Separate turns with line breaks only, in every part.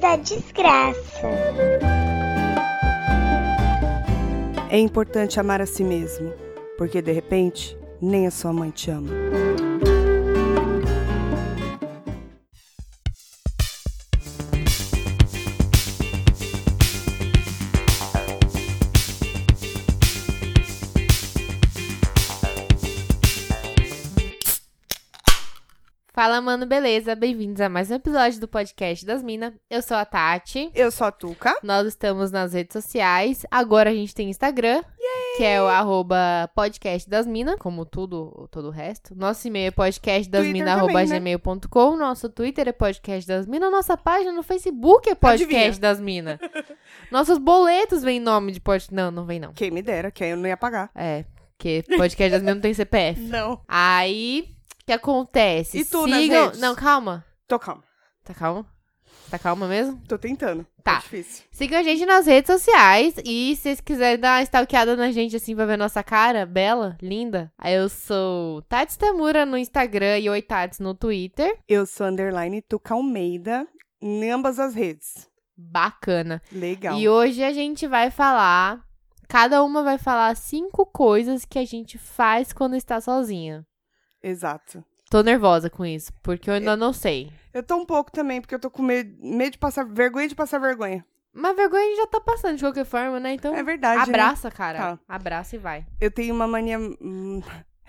da desgraça.
É importante amar a si mesmo, porque de repente nem a sua mãe te ama.
Fala, mano, beleza? Bem-vindos a mais um episódio do podcast das Minas. Eu sou a Tati.
Eu sou a Tuca.
Nós estamos nas redes sociais. Agora a gente tem Instagram, que é o arroba podcast das minas, como tudo, todo o resto. Nosso e-mail é
Twitter também, né?
podcastdasmina.gmail.com. Nosso Twitter é podcast das minas. Nossa página no Facebook é podcast
Adivinha.
das minas. Nossos boletos vêm em nome de podcast... Não, não vem não.
Quem me dera, que aí eu não ia pagar.
É, porque podcast das minas não tem CPF.
Não.
Aí, o que acontece?
E tu né, nas
Sigam-
redes?
Não, calma.
Tô calma.
Tá calma? Tá calma mesmo?
Tô tentando.
Tá.
É difícil.
Siga a gente nas redes sociais e se vocês quiserem dar uma stalkeada na gente assim pra ver nossa cara, bela, linda, aí eu sou Tati Tamura no Instagram e Oitats no Twitter.
Eu sou underline Tuca Almeida em ambas as redes.
Bacana.
Legal.
E hoje a gente vai falar, cada uma vai falar cinco coisas que a gente faz quando está sozinha.
Exato.
Tô nervosa com isso, porque eu ainda não sei.
Eu tô um pouco também, porque eu tô com medo, medo de passar vergonha de passar vergonha.
Mas vergonha a gente já tá passando de qualquer forma, né? Então
É verdade. né?
abraça, cara.
Tá.
Abraça e vai.
Eu tenho uma mania. hum,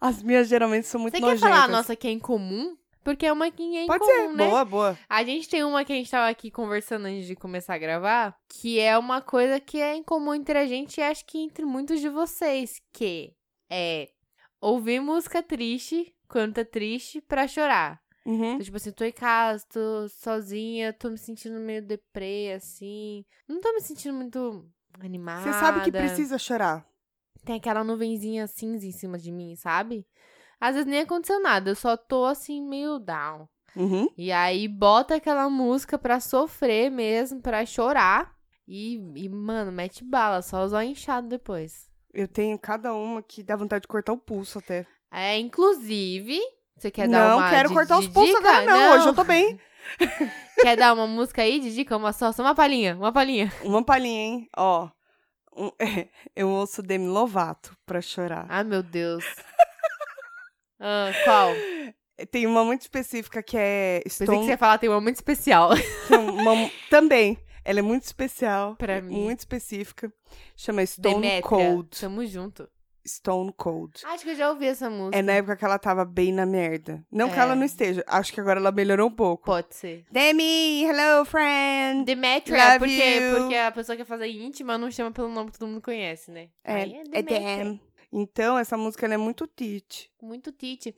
As minhas geralmente são muito
Você quer
nojentas.
falar a nossa que é incomum? Porque é uma que é
Pode
incomum,
ser.
né?
Boa, boa.
A gente tem uma que a gente tava aqui conversando antes de começar a gravar, que é uma coisa que é incomum entre a gente e acho que entre muitos de vocês, que é ouvir música triste, quando tá triste, pra chorar.
Uhum.
Então, tipo assim, tô em casa, tô sozinha, tô me sentindo meio deprê, assim. Não tô me sentindo muito animada.
Você sabe que precisa chorar.
Tem aquela nuvenzinha cinza em cima de mim, sabe? Às vezes nem aconteceu nada, eu só tô assim, meio down.
Uhum.
E aí bota aquela música pra sofrer mesmo, pra chorar. E, e, mano, mete bala, só os olhos inchados depois.
Eu tenho cada uma que dá vontade de cortar o pulso até.
É, inclusive, você quer dar
não,
uma
quero
de-
cortar
de
os pulsos
dica?
agora, não. Hoje eu tô bem.
Quer dar uma música aí de dica? Uma só, só uma palhinha, uma palhinha.
Uma palhinha, hein? Ó. Um- eu ouço Demi Lovato pra chorar.
Ai, meu Deus. Ah, qual?
Tem uma muito específica que é
Pensei que
Stone.
você ia falar, tem uma muito especial.
que é uma- também. Ela é muito especial. é
Pra mim.
Muito específica. Chama Stone
Demetria,
Cold.
tamo junto.
Stone Cold.
Acho que eu já ouvi essa música.
É na época que ela tava bem na merda. Não que
É.
ela não esteja. Acho que agora ela melhorou um pouco.
Pode ser.
Demi, hello, friend.
Demetria,
Love
é, porque,
you.
porque a pessoa quer fazer íntima não chama pelo nome que todo mundo conhece, né?
É,
Aí
é Dem. Então, essa música ela é muito tit.
Muito Tite.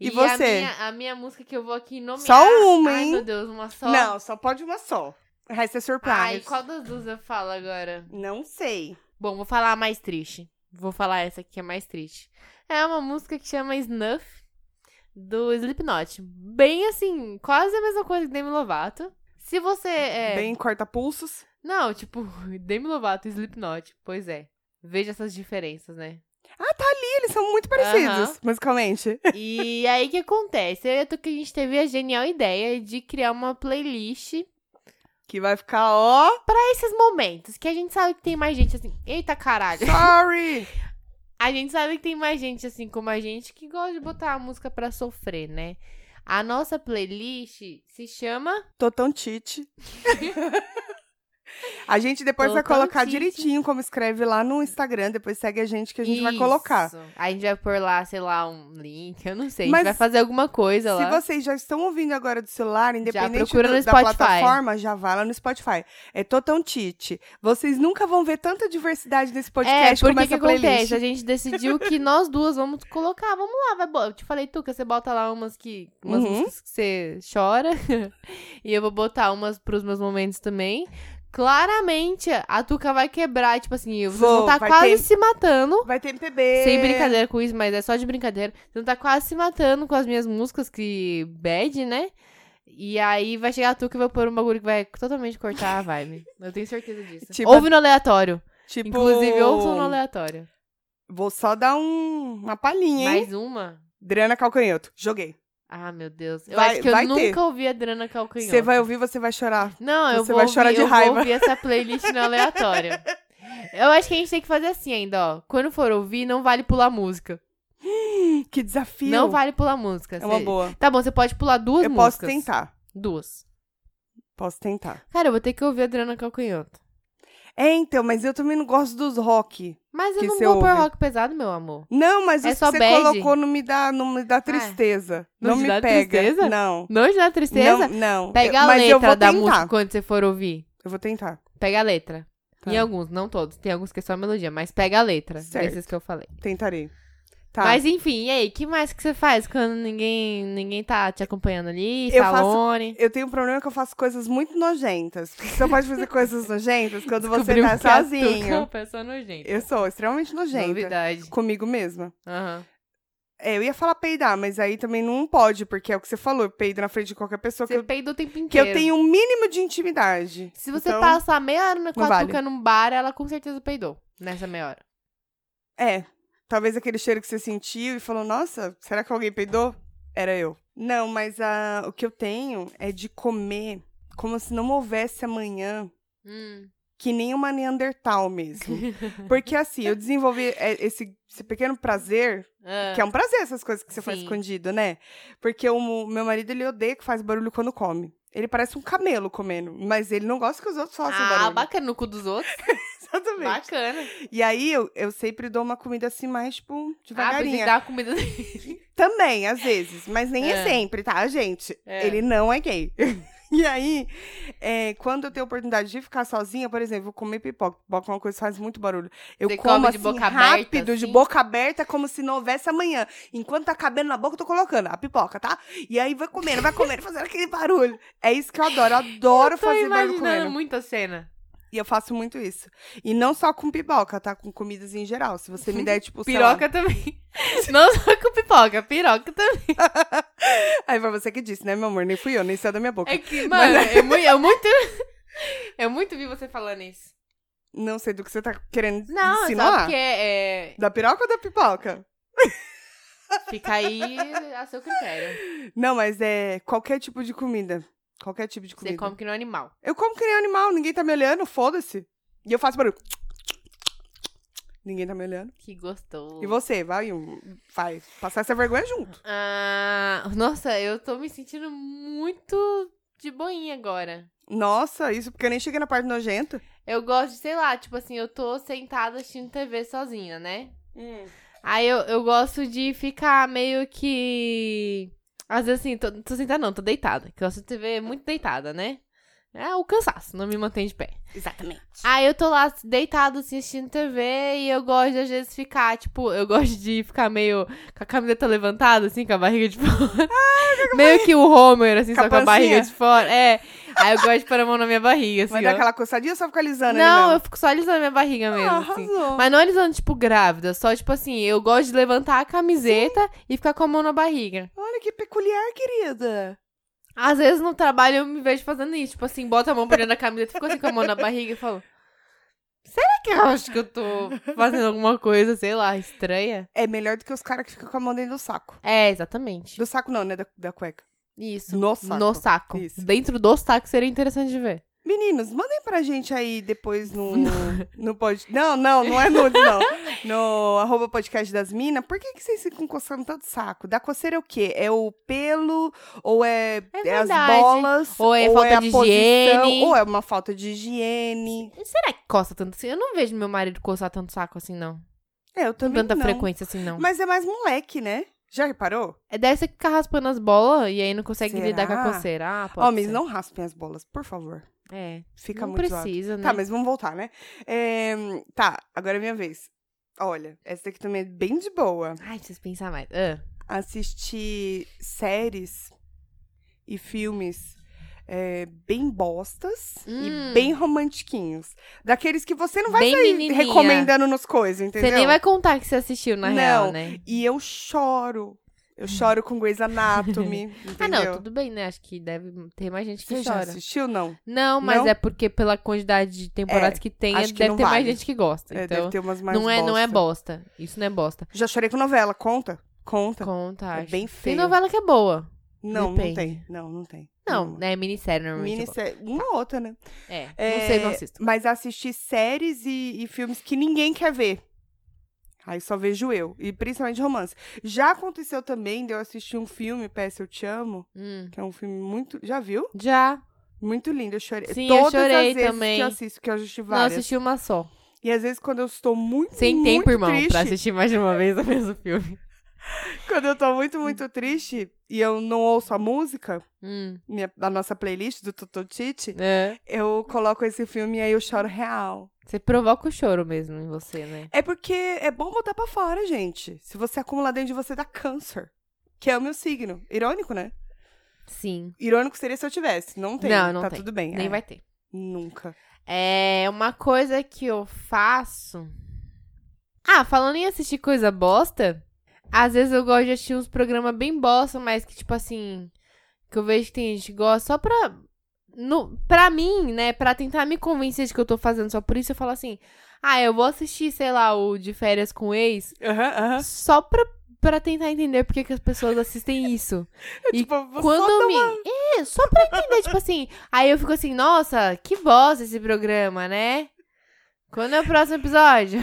E
A
você?
minha, a minha música que eu vou aqui nomear.
Só uma,
Ai,
hein?
meu Deus, uma só.
Não, só pode uma só. O resto é
Ai,
surprise.
qual das duas eu falo agora?
Não sei.
Bom, vou falar a mais triste. Vou falar essa aqui que é mais triste. É uma música que chama Snuff, do Slipknot. Bem assim, quase a mesma coisa que Demi Lovato. Se você é...
Bem corta pulsos.
Não, tipo, Demi Lovato e Slipknot. Pois é. Veja essas diferenças, né?
E eles são muito parecidos,
Aham.
musicalmente.
E aí o que acontece? Eu e a Tuca, a gente teve a genial ideia de criar uma playlist
Que vai ficar, ó,
pra esses momentos que a gente sabe que tem mais gente assim. Eita caralho!
sorry.
A gente sabe que tem mais gente assim como a gente que gosta de botar a música pra sofrer, né? A nossa playlist se chama.
Tô tão tite. A gente depois
Tô
vai
tão
colocar
tite.
direitinho como escreve lá no Instagram. Depois segue a gente que a gente vai colocar.
Isso. A gente vai pôr lá, sei lá, um link, eu não sei. a
Mas
gente vai fazer alguma coisa
Se
lá.
vocês já estão ouvindo agora do celular, independente
procura
do-
no
da
Spotify.
plataforma, já vai lá no Spotify. É Totão Tite. Vocês nunca vão ver tanta diversidade nesse podcast
é,
como
porque que
essa playlist.
acontece? A gente decidiu que nós duas vamos colocar. Vamos lá, vai. bo- Eu te falei, Tuca, você bota lá umas que. Umas
Uhum.
músicas que você chora. e eu vou botar umas pros meus momentos também. Claramente, a Tuca vai quebrar, tipo assim, eu
Vou,
vou estar
vai É.
quase
ter-
se matando.
Vai ter MPB.
Sem brincadeira com isso, mas é só de brincadeira. Você não tá quase se matando com as minhas músicas que bad, né? E aí vai chegar a Tuca e vai pôr um bagulho que vai totalmente cortar a vibe. Eu tenho certeza disso.
Tipo-
Ouve no aleatório.
Tipo,
Inclusive, ouçam no aleatório.
Vou só dar um- uma palhinha, hein?
Mais uma?
Driana Calcanhoto. Joguei.
Ah, meu Deus. Eu
Vai-
acho que eu
vai
nunca
ter.
ouvi Adriana Calcanhoto.
Você vai ouvir, você vai chorar.
Não, eu
você
vou
vai
ouvir,
chorar de
eu
raiva.
vou ouvir essa playlist no aleatório. Eu acho que a gente tem que fazer assim ainda, ó. Quando for ouvir, não vale pular música.
Hum, Que desafio.
Não vale pular música.
É uma
Cê-
boa.
Tá bom, você pode pular duas
Eu
músicas.
posso tentar.
Duas.
Posso tentar.
Cara, eu vou ter que ouvir Adriana Calcanhoto.
É, então, mas eu também não gosto dos rock.
Mas eu
Que
não
cê
vou pôr
ouve.
rock pesado, meu amor.
Não, mas
É
os
só
que você
bad?
colocou não me dá, não me dá tristeza.
não te
me
dá
pega.
tristeza?
Não.
Não te dá né, tristeza?
Não, não.
Pega
Eu-
a
mas eu
letra
vou
da
tentar.
música quando você for ouvir.
Eu vou tentar.
Pega a letra.
Tá.
Em alguns, não todos. Tem alguns que é só melodia, mas pega a letra.
Certo.
Esses que eu falei.
Tentarei. Tá.
Mas enfim, e aí, que mais que você faz quando ninguém, ninguém tá te acompanhando ali? Tá
Eu faço-
Salone.
Eu tenho um problema que eu faço coisas muito nojentas. Você só pode fazer coisas nojentas quando você
Descobrimos
tá
que a Tuca é uma
sozinho.
pessoa nojenta.
Eu sou extremamente nojenta.
Novidade.
Comigo mesma.
Aham.
É, eu ia falar peidar, mas aí também não pode, porque é o que você falou. Eu peido na frente de qualquer pessoa que
Você
eu,
peida o tempo inteiro.
que eu tenho um mínimo de intimidade.
Se você
Então,
passar meia hora com a
vale.
Tuca num bar, ela com certeza peidou nessa meia hora.
É. Talvez aquele cheiro que você sentiu e falou, nossa, será que alguém peidou? Era eu. Não, mas ah, o que eu tenho é de comer como se não houvesse amanhã.
Hum.
que nem uma Neandertal mesmo. Porque assim, eu desenvolvi é, esse, esse pequeno prazer,
Ah.
que é um prazer essas coisas que você faz
Sim.
escondido, né? Porque o mo- meu marido, ele odeia que faz barulho quando come. Ele parece um camelo comendo, mas ele não gosta que os outros façam
Ah,
barulho.
bacana no cu dos outros.
Exatamente.
Bacana.
E aí, eu, eu sempre dou uma comida assim, mais, tipo,
Ah, tem que
devagarinha.
dar a comida dele.
Também, às vezes, mas nem é,
É.
sempre, tá, gente?
É.
Ele não é gay. E aí, é, quando eu tenho a oportunidade de ficar sozinha, por exemplo, vou comer pipoca. Pipoca é uma coisa que faz muito barulho. Eu
Você
como
come de
assim,
boca aberta,
rápido, de
assim?
boca aberta, como se não houvesse amanhã. Enquanto tá cabendo na boca, eu tô colocando a pipoca, tá? E aí vai comendo, vai comendo, fazendo aquele barulho. É isso que eu adoro. Eu adoro
Eu tô
fazer barulho
imaginando
comendo.
muita cena.
E eu faço muito isso. E não só com pipoca, tá? Com comidas em geral. Se você me der, tipo, sei lá,
Piroca também. Não só com pipoca, piroca também.
Aí foi você que disse, né, meu amor? Nem fui eu, nem saiu da minha boca.
É que, mano, eu, mui- eu muito. Eu muito vi você falando isso.
Não sei do que você tá querendo
Não, só
insinuar.
porque é,
Da piroca ou da pipoca?
fica aí a seu critério.
Não, mas é qualquer tipo de comida. Qualquer tipo de comida.
Você come que não é animal.
Eu como que nem animal, ninguém tá me olhando, foda-se. E eu faço barulho. Ninguém tá me olhando.
Que gostoso.
E você, vai, um, vai passar essa vergonha junto.
Ah, nossa, eu tô me sentindo muito de boinha agora.
Nossa, isso porque eu nem cheguei na parte nojenta.
Eu gosto de, sei lá, tipo assim, eu tô sentada assistindo TV sozinha, né? Aí eu, eu gosto de ficar meio que. Às vezes assim, tô, tô sentada não, tô deitada. Que eu assisto TV muito deitada, né? É o cansaço, não me mantém de pé.
Exatamente.
Aí eu tô lá deitada assim, assistindo TV e eu gosto de às vezes ficar, tipo, eu gosto de ficar meio com a camiseta levantada, assim, com a barriga de fora. meio que o Homer, assim,
Com a
só com a
pancinha.
barriga de fora. É. Aí eu gosto de pôr a mão na minha barriga, assim.
Mas
ó.
dá aquela coçadinha ou só fica alisando ali
Não, eu
mesmo?
fico só alisando a minha barriga mesmo.
Ah,
assim.
arrasou.
Mas não alisando, tipo, grávida, só, tipo assim, eu gosto de levantar a camiseta e ficar com a mão na barriga.
Olha que peculiar, querida.
Às vezes no trabalho eu me vejo fazendo isso, tipo assim, bota a mão pra dentro da camiseta, fico assim com a mão na barriga e falo. Será que eu acho que eu tô fazendo alguma coisa, sei lá, estranha?
É melhor do que os caras que ficam com a mão dentro do saco.
É, exatamente.
Do saco não, né? Da, da cueca.
Isso.
No saco.
No saco.
Isso.
Dentro do saco seria interessante de ver.
Meninos, mandem pra gente aí depois no. no pod... Não, não, não é nude, não. No arroba podcast das minas. Por que, que vocês ficam coçando tanto saco? Da coceira é o quê? É o pelo? Ou é,
É
é as
verdade.
bolas?
Ou é falta
a
de
posição,
higiene.
Ou é uma falta de higiene.
Será que coça tanto assim? Eu não vejo meu marido coçar tanto saco assim, não.
É, eu
Com
também
tanta
não.
frequência assim, não.
Mas é mais moleque, né? Já reparou?
É, Deve ser que fica raspando as bolas e aí não consegue
Será?
lidar com a coceira. Ah, pode
Homens,
ser.
não raspem as bolas, por favor.
É.
Fica
não
muito zoado.
precisa, né?
Tá, mas vamos voltar, né? É, Tá, agora é minha vez. Olha, essa daqui também é bem de boa.
Ai, preciso pensar mais. Ah,
Assistir séries e filmes é, bem bostas
Hum.
e bem romantiquinhos. Daqueles que você não vai
Bem
sair
menininha.
recomendando nos coisas, entendeu?
você nem vai contar que você assistiu, na
Não.
real, né?
E eu choro. Eu choro com Grey's Anatomy, entendeu?
Hum. Ah, não, tudo bem, né? Acho que deve ter mais gente que
Você já
chora.
assistiu, não?
Não, mas
Não? É,
é porque pela quantidade de temporadas que tem,
acho que
deve
não
ter mais
vale.
gente que gosta.
É,
então,
deve ter umas mais
não é, não é
bosta.
bosta. Isso não é bosta.
Já chorei com novela, conta? Conta.
Conta,
É
acho.
bem
Tem
feio.
novela que é boa.
Não,
Depende.
não tem. Não, não tem.
Não, né? Minissérie normalmente. eu gosto.
Minissérie. Uma ou outra, né?
É, não
É,
sei, não assisto.
Mas assisti séries e, e filmes que ninguém quer ver. Aí só vejo eu. E principalmente romance. Já aconteceu também de eu assistir um filme, Peça Eu Te Amo,
Hum.
que é um filme muito. Já viu?
Já.
Muito lindo. Eu chorei.
Sim, eu
Todas
chorei
as vezes
também.
que eu assisto, que eu assisti
Não,
várias.
assisti uma só.
E às vezes quando eu estou muito.
Sem
muito
tempo, irmão,
triste,
pra assistir mais de uma vez o mesmo filme.
Quando eu tô muito, muito triste e eu não ouço a música,
Hum.
minha, da nossa playlist do Totó Tite,
É.
eu coloco esse filme e aí eu choro real.
Você provoca o choro mesmo em você, né?
É porque é bom botar pra fora, gente. Se você acumular dentro de você, dá câncer. Que é o meu signo. Irônico, né?
Sim.
Irônico seria se eu tivesse. Não tem.
Não, não
tá
tem.
tudo bem.
Nem
é.
vai ter.
Nunca.
É uma coisa que eu faço. Ah, falando em assistir coisa bosta, às vezes eu gosto de assistir uns programas bem bosta, mas que, tipo assim, que eu vejo que tem gente que gosta só pra. No, pra mim, né? Pra tentar me convencer de que eu tô fazendo só por isso, eu falo assim: ah, eu vou assistir, sei lá, o de férias com o ex,
Aham, aham.
só pra, pra tentar entender por que que as pessoas assistem isso. E
Tipo, você
Quando
só dá
eu
uma...
me. É, só pra entender, tipo assim. Aí eu fico assim, nossa, que bosta esse programa, né? Quando é o próximo episódio?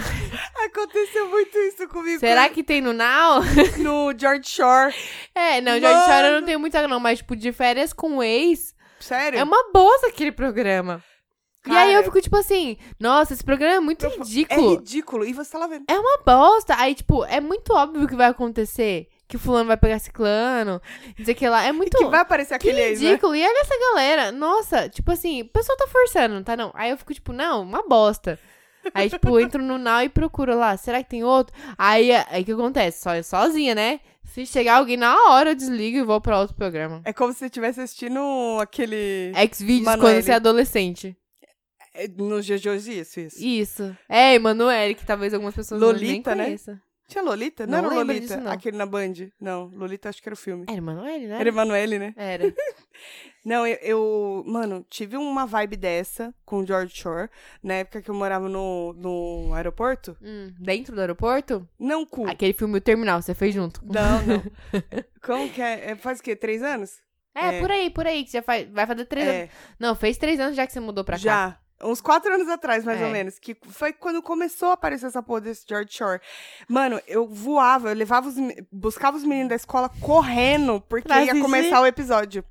Aconteceu muito isso comigo.
Será que tem no Now?
No George Shore.
É, não, Jorge Chora eu
Mano.
não tenho muita, não, mas, tipo, de férias com o ex,
Sério?
é uma bosta aquele programa. e aí eu
Cara,
fico, tipo assim, nossa, esse programa é muito
eu- É
ridículo.
ridículo. E você tá lá vendo.
É uma bosta. Aí, tipo, é muito óbvio que vai acontecer. Que fulano vai pegar ciclano, não sei o que lá. É muito.
Que vai aparecer
Que
aquele ex, né?
ridículo. E olha essa galera. Nossa, tipo assim, o pessoal tá forçando, tá não? Aí eu fico tipo, não, uma bosta. Aí, tipo, eu entro no Now e procuro lá. Será que tem outro? Aí, é, aí que acontece? Só, sozinha, né? Se chegar alguém na hora, eu desligo e vou pra outro programa.
É como se você estivesse assistindo aquele.
X-Videos
Manoel.
quando você é adolescente.
É, Nos dias de hoje, isso, isso.
Isso. É, Emanuele, que talvez algumas pessoas
Lolita,
não
né?
nem conheçam.
Tinha Lolita? Não,
Não
era
lembro
Lolita.
disso, não.
Aquele na Band. Não, Lolita acho que era o filme.
Era Emanuele, né?
Era Emanuele, né?
Era.
Não, eu, eu- Mano, tive uma vibe dessa com o George Shore na época que eu morava no, no aeroporto.
Hum, dentro do aeroporto?
Não, cu.
Aquele filme O Terminal, você fez junto.
Não, não. Como que é? É, Faz o quê? Três anos?
É,
É.
por aí, por aí, que já faz, vai fazer três anos.
É,
Não, fez três anos já que você mudou pra cá.
já. Uns quatro anos atrás, mais
É.
ou menos. Que foi quando começou a aparecer essa porra desse George Shore. Mano, eu voava, eu levava os. me- Buscava os meninos da escola correndo, porque
Pra
ia
assistir?
começar o episódio.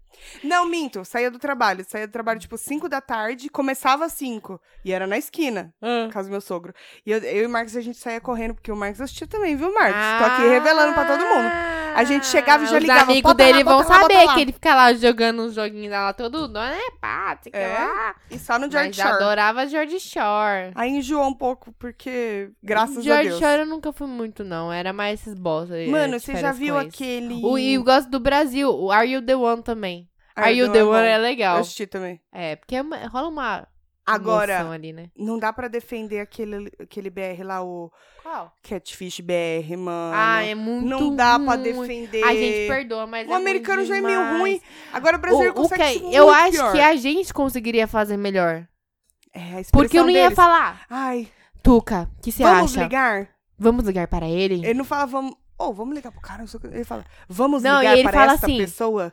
Não, minto, eu saía do trabalho. Saía do trabalho, tipo, cinco da tarde, começava às cinco. E era na esquina.
Ah.
na casa do meu sogro. E eu, eu e o Marcos, a gente saía correndo, porque o Marcos assistia também, viu, Marcos? Tô aqui
Ah,
revelando pra todo mundo. A gente chegava e já
Os
ligava,
amigos
"Bota lá,
dele
bota
vão
lá, bota
saber
lá."
que ele fica lá jogando os joguinhos lá todo, né? Pá, sei que
É,
lá.
E só no George
Mas
Shore.
adorava George Shore.
Aí enjoou um pouco, porque, graças
George
a Deus.
Shore eu nunca fui muito, não. Era mais esses bosta. é,
Mano,
de
você já
férias com
viu
eles.
aquele...
O, e eu gosto do Brasil, o Are You The One também.
Ah,
Are You
não,
The
é bom.
One é
Eu
legal.
assisti também.
É, porque é uma- rola uma
Agora,
emoção ali, né?
não dá pra defender aquele, aquele BR lá, o
Qual?
Catfish BR, mano.
Ah, é muito
Não dá pra
ruim.
defender.
A gente perdoa, mas
O
é ruim
americano já é meio
demais.
ruim. Agora o brasileiro
O- o
consegue
que- é?
ser
Eu
muito
acho
pior.
que a gente conseguiria fazer melhor.
É, a
Porque eu não ia
deles.
falar.
Ai,
Tuca, o que você
vamos
acha?
ligar?
Vamos ligar para ele?
Ele não fala, vamos. Ou vamos ligar pro cara. não sei o que. Ele fala, vamos
Não,
ligar
e ele
para
fala
essa
assim,
pessoa.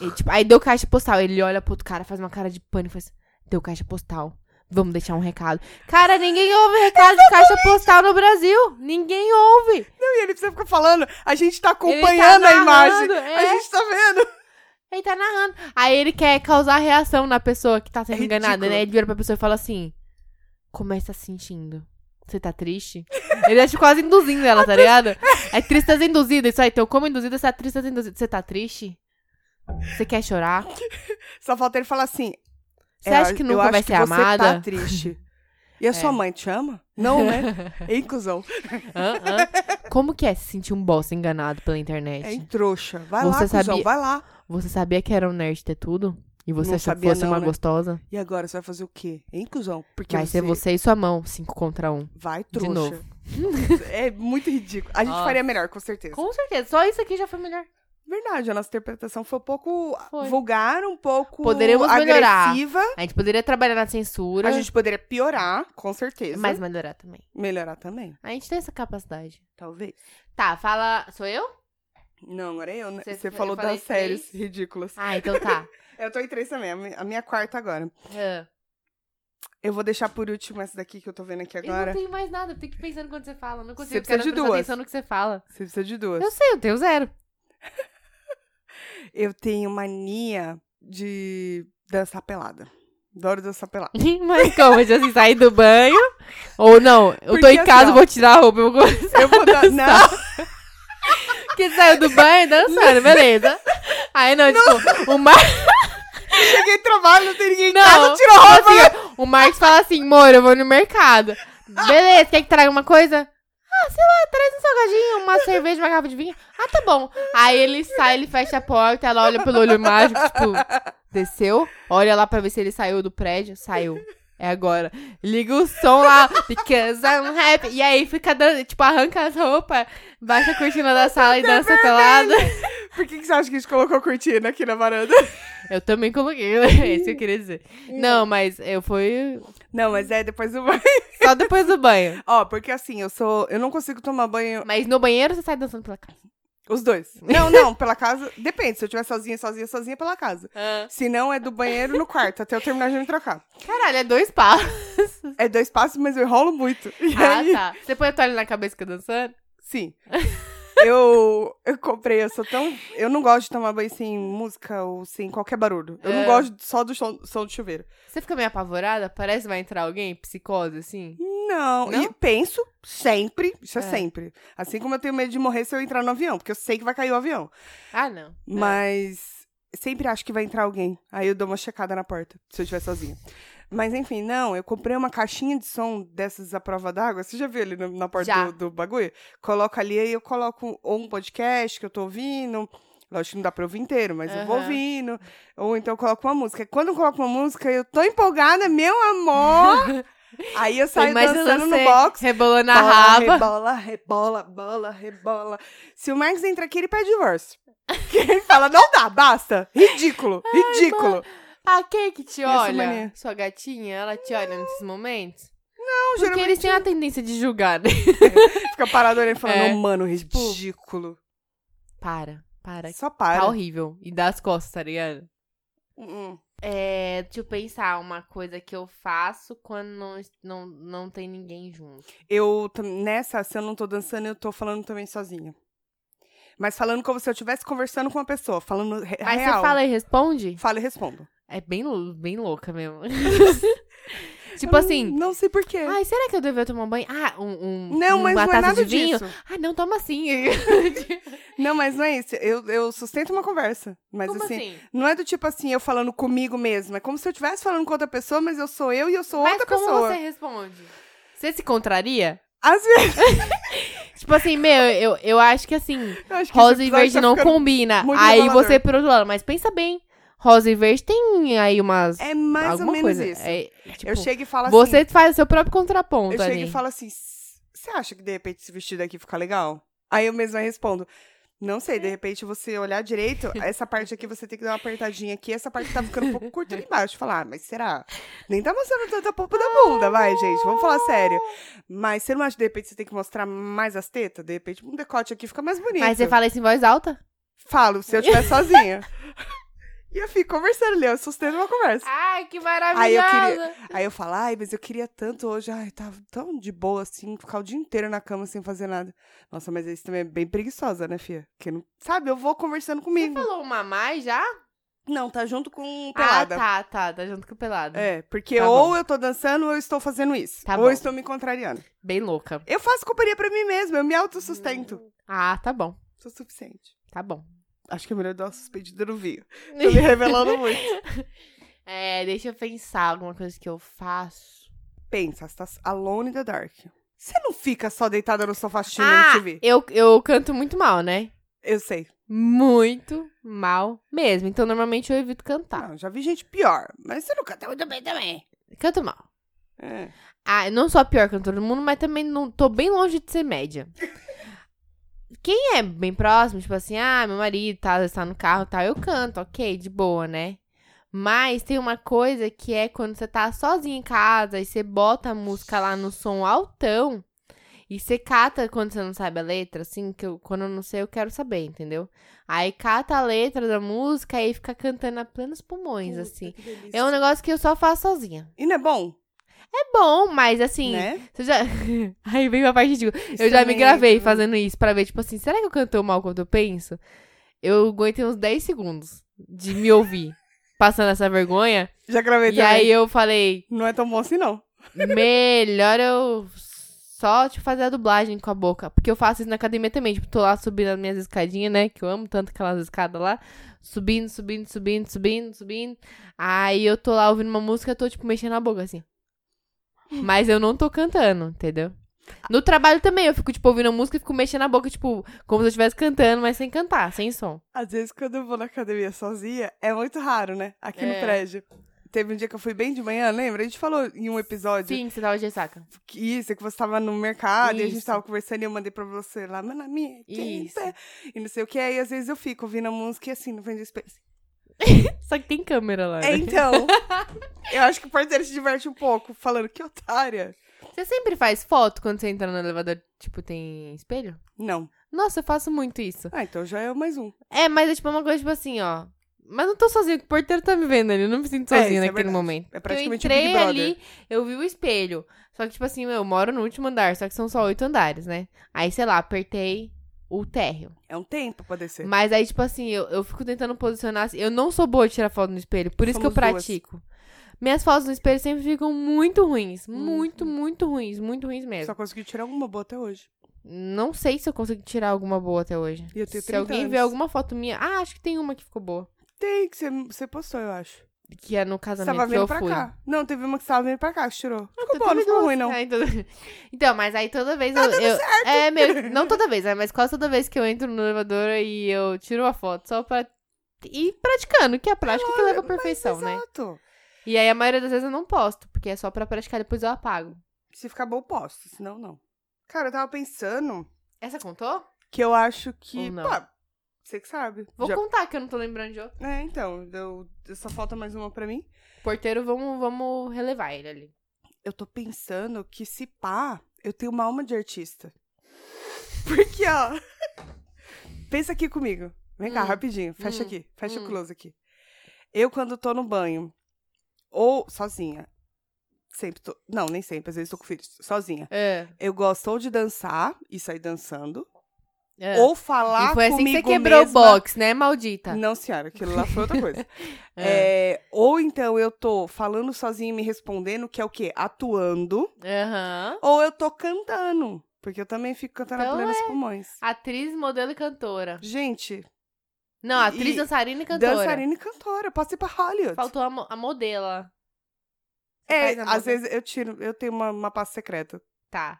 E, tipo, aí deu caixa postal. Ele olha pro outro cara, faz uma cara de pânico faz. assim, Deu caixa postal. Vamos deixar um recado. Cara, ninguém ouve recado de caixa postal no Brasil. Ninguém ouve.
Não, e ele precisa ficar falando, a gente tá
Ele tá
acompanhando a imagem.
narrando,
A
é.
gente tá vendo.
Ele tá narrando. Aí ele quer causar reação na pessoa que tá sendo
É
enganada,
ridículo.
né? Ele vira pra pessoa e fala assim: Como é que tá se sentindo? Você tá triste? Ele acha quase induzindo ela, tá ligado? É tristeza induzida, isso aí. Então, como induzida, essa tristeza induzida. Você tá triste? Você quer chorar?
Só falta ele falar assim.
Você
"É,
acha que
eu
nunca
acho
vai
que
ser
você
amada? É.
tá triste. E a sua mãe te ama? Não, né? Hein, cuzão?
Hã? Hã? Como que é se sentir um bosta enganado pela internet?
É, Hein, trouxa? Vai lá,
Você
cuzão,
sabia-
vai lá.
Você sabia que era um nerd ter tudo? E você
Não
achou que
sabia
fosse
não,
uma
né?
gostosa?
E agora você vai fazer o quê? Hein, cuzão? Porque
vai ser você e sua mão, cinco contra um.
Vai,
De
trouxa.
novo.
é muito ridículo. A gente
Ó.
faria melhor, com certeza.
Com certeza, só isso aqui já foi melhor.
Verdade, a nossa interpretação foi um pouco
Foi.
vulgar, um pouco
Poderemos melhorar.
agressiva.
A gente poderia trabalhar na censura,
A gente poderia piorar, com certeza.
mas melhorar também.
melhorar também,
A gente tem essa capacidade.
talvez.
Tá, fala. Sou eu?
Não, agora é eu, né?
Cê-
Você
eu
falou
falei
das séries
três.
ridículas.
Ah, então tá.
Eu tô em três também, a mi- a minha quarta agora.
Ah.
Eu vou deixar por último essa daqui que eu tô vendo aqui
Eu não
agora.
tenho mais nada, eu tenho que ir pensando quando você fala. Não consigo,
Você precisa
quero
de
prestar
duas.
atenção no que você fala.
Você precisa de duas.
Eu sei, eu tenho zero.
Eu tenho mania de dançar pelada. Adoro dançar pelada.
Mas como? Tipo assim, sair do banho? Ou não, eu tô
Porque
em casa,
assim, ó.
vou tirar a roupa, eu vou começar.
Eu vou dan- Não,
Porque saiu do banho dançando, beleza. Aí não, tipo, o Marcos.
cheguei em trabalho, não tem ninguém em
Não,
casa, tirou a roupa.
assim, o Marcos fala assim, amor, eu vou no mercado. Beleza, quer que traga uma coisa? Ah, sei lá, traz um salgadinho, uma cerveja, uma garrafa de vinho. Ah, tá bom. Aí ele sai, ele fecha a porta, ela olha pelo olho mágico, tipo, desceu, olha lá pra ver se ele saiu do prédio. Saiu. É agora. Liga o som lá, because I'm happy. E aí fica dando, tipo, arranca as roupas, baixa a cortina da sala e dança pelada.
Por que, que você acha que a gente colocou cortina aqui na varanda?
Eu também coloquei, é isso que eu queria dizer. Não, mas eu fui
Não, mas é depois do banho.
só depois do banho.
Ó, porque assim, eu sou. Eu não consigo tomar banho.
Mas no banheiro você sai dançando pela casa.
Os dois. Não, não, pela casa. Depende. Se eu estiver sozinha, sozinha, sozinha, pela casa.
Ah.
Se não, é do banheiro no quarto, até eu terminar de me trocar.
Caralho, é dois passos.
É dois passos, mas eu enrolo muito. E
Ah,
aí,
tá. Você põe a toalha na cabeça e fica dançando?
sim. Eu, eu comprei, eu sou tão. Eu não gosto de tomar banho sem música ou sem qualquer barulho. Eu não
É.
gosto só do som, som do chuveiro.
Você fica meio apavorada? Parece que vai entrar alguém, psicose, assim.
Não,
Não?
e penso sempre, isso é.
É.
sempre. Assim como eu tenho medo de morrer se eu entrar no avião, porque eu sei que vai cair o avião.
Ah, não.
Mas sempre acho que vai entrar alguém. Aí eu dou uma checada na porta, se eu estiver sozinha. Mas enfim, não, eu comprei uma caixinha de som dessas à prova d'água. Você já viu ali na, na porta
Já.
do, do bagulho? Coloco ali e eu coloco ou um podcast que eu tô ouvindo. Lógico que não dá pra ouvir inteiro, mas eu vou
Aham.
ouvindo. Ou então eu coloco uma música. Quando eu coloco uma música, eu tô empolgada, meu amor! Aí eu
Tô
saio
imaginando
dançando
você
no box.
Rebolando a
bola,
raba.
Rebola, rebola, bola, rebola. Se o Marcos entra aqui, ele pede divórcio. Porque ele fala, não dá, basta. Ridículo, ridículo.
Ah, quem que te
Essa
olha?
mania.
Sua gatinha, ela te olha nesses momentos?
Não,
Porque
geralmente
eles têm a tendência de julgar, né?
fica parado olhando e falando,
É.
não, mano, ridículo.
Para, para.
Só
Tá
para.
horrível. E dá as costas, tá ligado?
Hum, hum.
É, deixa eu pensar uma coisa que eu faço quando não, es- não, não tem ninguém junto.
Eu, tam- nessa, se eu não tô dançando, eu tô falando também sozinha. Mas falando como se eu estivesse conversando com uma pessoa, falando re
Mas
É real.
você fala e responde?
Fala e respondo.
É bem, lou- bem louca mesmo.
Eu
tipo
não-
assim,
Hum, Não sei porquê.
ai, será que eu deveria tomar banho? Ah, um, um
é. não,
um-
mas
uma
não é
taça
nada
de vinho?
disso.
Ah, não, toma assim.
Não, mas não é isso. Eu, eu sustento uma conversa. Mas
Como
assim,
assim?
Não é do tipo assim, eu falando comigo mesma. É como se eu estivesse falando com outra pessoa, mas eu sou eu e eu sou
Mas
outra
como
pessoa.
você responde? Você se contraria?
Às vezes.
Tipo assim, meu, eu, eu acho que assim,
Eu acho que
rosa
esse
e
episódio
verde
tá
não
ficando-
combina.
muito
Aí
revelador.
você, por outro lado, mas pensa bem, rosa e verde tem aí umas...
É mais
alguma
ou menos
coisa.
isso.
É, tipo,
eu chego e falo assim.
você faz o seu próprio contraponto
eu chego
ali.
e falo assim: "S- você acha que de repente esse vestido aqui fica legal? Aí eu mesma respondo. Não sei, de repente você olhar direito, essa parte aqui você tem que dar uma apertadinha aqui, essa parte tá ficando um pouco curta ali embaixo. Falar, ah, mas será? Nem tá mostrando tanta polpa da bunda, vai, gente, vamos falar sério. Mas você não acha que de repente você tem que mostrar mais as tetas? De repente um decote aqui fica mais bonito.
Mas você fala isso em voz alta?
Falo, se eu estiver sozinha. e eu fico conversando ali, eu sustento uma conversa.
Ai,
Aí
que
eu
maravilhoso!
queria- Aí eu falo, ai, mas eu queria tanto hoje. Ai, tava tão de boa assim, ficar o dia inteiro na cama sem fazer nada. Nossa, mas isso também é bem preguiçosa, né, Fia? Porque não. Sabe, eu vou conversando
Você
comigo.
falou uma a mais já?
Não, tá junto com pelada.
Ah, tá, tá. Tá junto com o pelado.
É, porque
Tá
ou
bom.
eu tô dançando ou eu estou fazendo isso.
Tá
ou eu
bom.
estou me contrariando.
Bem louca.
Eu faço companhia pra mim mesma, eu me autossustento.
Ah, tá bom.
Sou suficiente.
Tá bom.
Acho que é melhor dar uma suspendida no vinho. Tô me revelando muito.
É, deixa eu pensar alguma coisa que eu faço.
Pensa, você tá alone in the dark. Você não fica só deitada no sofá assistindo
ah,
MTV?
eu, eu canto muito mal, né?
Eu sei.
Muito mal mesmo. Então, normalmente eu evito cantar.
Não, já vi gente pior. Mas você não canta muito bem também.
Canto mal.
É.
Ah, eu não sou a pior cantora do mundo, mas também não tô bem longe de ser média. Quem é bem próximo, tipo assim, ah, meu marido tá, está no carro e tal, eu canto, ok, de boa, né? Mas tem uma coisa que é quando você tá sozinho em casa e você bota a música lá no som altão E você cata quando você não sabe a letra, assim, que eu, quando eu não sei, eu quero saber, entendeu? Aí cata a letra da música e fica cantando a plenos pulmões,
Puta,
assim.
que delícia.
É um negócio que eu só faço sozinha.
E não é bom,
É bom, mas assim.
né?
Você já... Aí vem uma parte de. tipo,
Isso
Eu já me
também é
gravei
ruim.
fazendo isso pra ver, tipo assim, será que eu canto mal quando eu penso? Eu aguentei uns 10 segundos de me ouvir passando essa vergonha.
Já gravei
E
também.
aí eu falei,
Não é tão bom assim, não.
melhor eu só tipo, fazer a dublagem com a boca. Porque eu faço isso na academia também. Tipo, tô lá subindo as minhas escadinhas, né? Que eu amo tanto aquelas escadas lá. Subindo, subindo, subindo, subindo, subindo. Aí eu tô lá ouvindo uma música, eu tô, tipo, mexendo a boca, assim. Mas eu não tô cantando, entendeu? No trabalho também, eu fico, tipo, ouvindo a música e fico mexendo a boca, tipo, como se eu estivesse cantando, mas sem cantar, sem som.
Às vezes, quando eu vou na academia sozinha, é muito raro, né? Aqui no
É.
prédio. Teve um dia que eu fui bem de manhã, lembra? A gente falou em um episódio
Sim, que você tava de ressaca.
que isso, que você tava no mercado e a gente
Isso.
tava conversando e eu mandei pra você lá, mano, minha,
Isso.
quinta", é e não sei o que. Aí às vezes eu fico ouvindo a música e assim, no frente do espelho. assim,
Só que tem câmera lá,
É,
né?
então. eu acho que o parceiro se diverte um pouco, falando que otária.
Você sempre faz foto quando você entra no elevador, tipo, tem espelho?
Não.
Nossa, eu faço muito isso.
Ah, então já é mais um.
É, mas é tipo uma coisa, tipo assim, ó. Mas não tô sozinha, que o porteiro tá me vendo ali. Eu não me sinto
É,
sozinha
isso é
naquele
verdade.
momento.
É praticamente
eu entrei
Big Brother.
ali, eu vi o espelho. Só que, tipo assim, eu moro no último andar, só que são só oito andares, né? Aí, sei lá, apertei o térreo.
É um tempo pra descer.
Mas aí, tipo assim, eu, eu fico tentando posicionar. assim, Eu não sou boa de tirar foto no espelho, por isso que eu
Somos duas.
pratico. Minhas fotos no espelho sempre ficam muito ruins.
Uhum.
Muito, muito ruins. Muito ruins mesmo.
Só consegui tirar uma boa até hoje.
Não sei se eu consigo tirar alguma boa até hoje.
E eu tenho
se
30
alguém
anos.
vê alguma foto minha. Ah, acho que tem uma que ficou boa.
Tem que você, você postou, eu acho.
Que é no
Você
casamento
tava
que eu
vindo pra
fui.
cá. Não, teve uma que você tava vindo pra cá, que você tirou. Ficou
Então,
bom, não
teve
ficou
duas.
ruim, não. Tá
Ah, então... então, mas aí toda vez eu. eu- É, meio... Não toda vez, né? mas quase toda vez que eu entro no elevador e eu tiro uma foto só pra. E praticando, que é a prática que leva à perfeição, né?
Exato.
E aí a maioria das vezes eu não posto, porque é só pra praticar, depois eu apago.
Se ficar bom, eu posto. Senão, não. Cara, eu tava pensando
Essa contou?
que eu acho que.
Ou não.
Pá, você que sabe.
Vou
Já-
contar, que eu não tô lembrando de outra.
É, então. Eu... Só falta mais uma pra mim.
Porteiro, vamos, vamos relevar ele ali.
Eu tô pensando que se pá, eu tenho uma alma de artista. Porque, ó. Pensa aqui comigo. Vem cá,
Hum.
rapidinho. Fecha
Hum.
aqui. Fecha
Hum.
o close aqui. Eu, quando tô no banho, ou sozinha. Sempre tô. Não, nem sempre. Às vezes tô com filhos. Sozinha.
É.
Eu gosto ou de dançar e sair dançando.
é.
Ou falar
E foi assim que
comigo
você quebrou o
mesma.
box, né, maldita?
Não, senhora, aquilo lá foi outra coisa. É, ou então eu tô falando sozinha e me respondendo, que é o quê? Atuando.
É. Aham.
Ou eu tô cantando. Porque eu também fico cantando
Então
a plenos pulmões.
Atriz, modelo e cantora.
Gente,
Não, atriz,
E-
dançarina e cantora.
dançarina e cantora. Eu posso ir pra Hollywood.
Faltou a, mo- a modela.
é,
faz a
às
moda.
vezes eu tiro, eu tenho uma, uma pasta secreta.
Tá.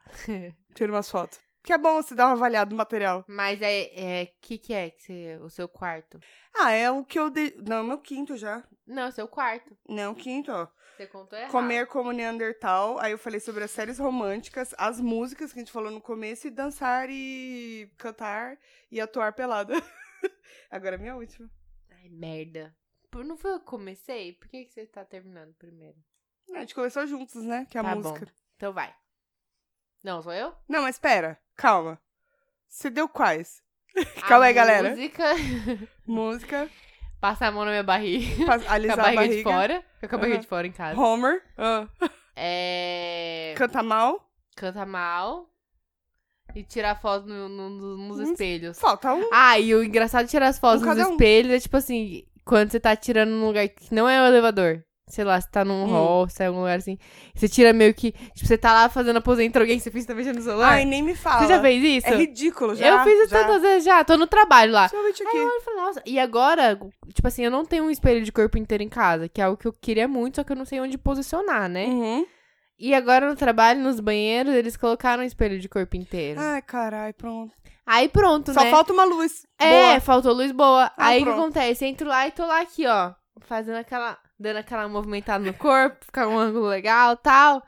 Tiro umas fotos. Que é bom você dar uma avaliada no material.
Mas é. é que que é que você- o seu quarto?
Ah, é o que eu dei. Não, é o meu quinto já.
Não, o seu quarto.
Não, é o quinto, ó.
Você contou Tá errado.
Comer como Neandertal. Aí eu falei sobre as séries românticas, as músicas que a gente falou no começo, e dançar e cantar e atuar pelada. Agora é minha última.
Ai, merda. Por- Não foi eu que comecei? Por que, que você tá terminando primeiro?
Não, A gente começou juntos, né? Que é a
Tá
música.
Então vai. Não, sou eu?
Não, mas pera, calma. Você deu quais? Calma aí, galera.
Música.
Música,
Passar a mão na minha barriga.
pas-
Com a
alisar a
barriga,
barriga,
de fora. Ah. Fica com a barriga
Aham.
de fora em casa.
Homer,
É.
canta mal.
canta mal e tirar foto no- no- no- nos
Hum.
espelhos.
Falta um.
Ah, e o engraçado de tirar as fotos
Um
nos
cada um.
espelhos é tipo assim, quando você tá tirando num lugar que não é o elevador. Sei lá, você tá
Hum.
num hall, você tá em algum lugar assim. Você tira meio que. Tipo, você tá lá fazendo a pose entre alguém, você finge que tá mexendo no celular.
Ai, nem me fala.
você já fez isso?
É ridículo, já.
eu fiz isso
já.
tantas vezes já, tô no trabalho lá.
Principalmente
Aí eu
aqui.
olho e falo, nossa. E agora, tipo assim, eu não tenho um espelho de corpo inteiro em casa, que é algo que eu queria muito, só que eu não sei onde posicionar, né?
Uhum.
E agora no trabalho, nos banheiros, eles colocaram um espelho de corpo inteiro.
Ai, carai, pronto.
Aí pronto,
Só
né?
falta uma luz.
É, faltou luz boa.
Ah,
Aí o que
pronto.
acontece? Entro lá e tô lá aqui, ó. Fazendo aquela. Dando aquela movimentada no corpo, ficar um ângulo legal tal.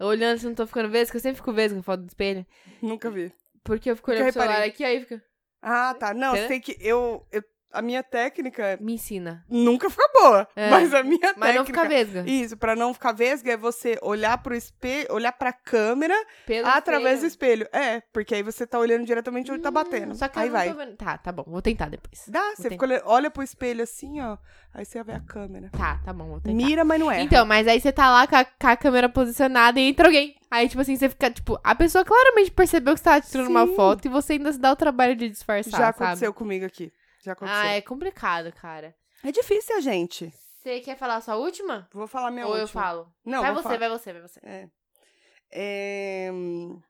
Olhando se não tô ficando vesga, eu sempre fico vesga em foto do espelho.
Boa. Nunca vi.
Porque eu fico
Porque
olhando pro
eu reparei.
celular aqui, aí fica.
Ah, tá. Não,
Hã?
você tem que. Eu, eu a minha técnica
Me ensina.
nunca fica boa.
É.
Mas a minha
Mas
técnica.
não fica vesga.
Isso, pra não ficar vesga é você olhar pro espelho, olhar pra câmera
Pelo
através do
espelho.
espelho. É, porque aí você tá olhando diretamente onde tá
Hum,
batendo.
Só que
aí
eu não
vai.
tô vendo. Tá, tá bom. Vou tentar depois.
Dá, você
tem.
fica olha, olha pro espelho assim, ó. Aí você vê a câmera.
Tá, tá bom. Vou tentar.
Mira, mas não é.
Então, mas aí você tá lá com a, com a câmera posicionada e entra alguém. Aí, tipo assim, você fica, tipo, a pessoa claramente percebeu que você tava tirando uma
Sim.
foto e você ainda se dá o trabalho de disfarçar,
Já
sabe?
aconteceu comigo aqui. Já aconteceu.
Ah, é complicado, cara.
é... difícil, gente.
Você quer falar a sua última?
Vou falar minha
Ou eu
última.
falo?
Não,
vai
vou
você,
falar.
vai você, vai você.
É, hum,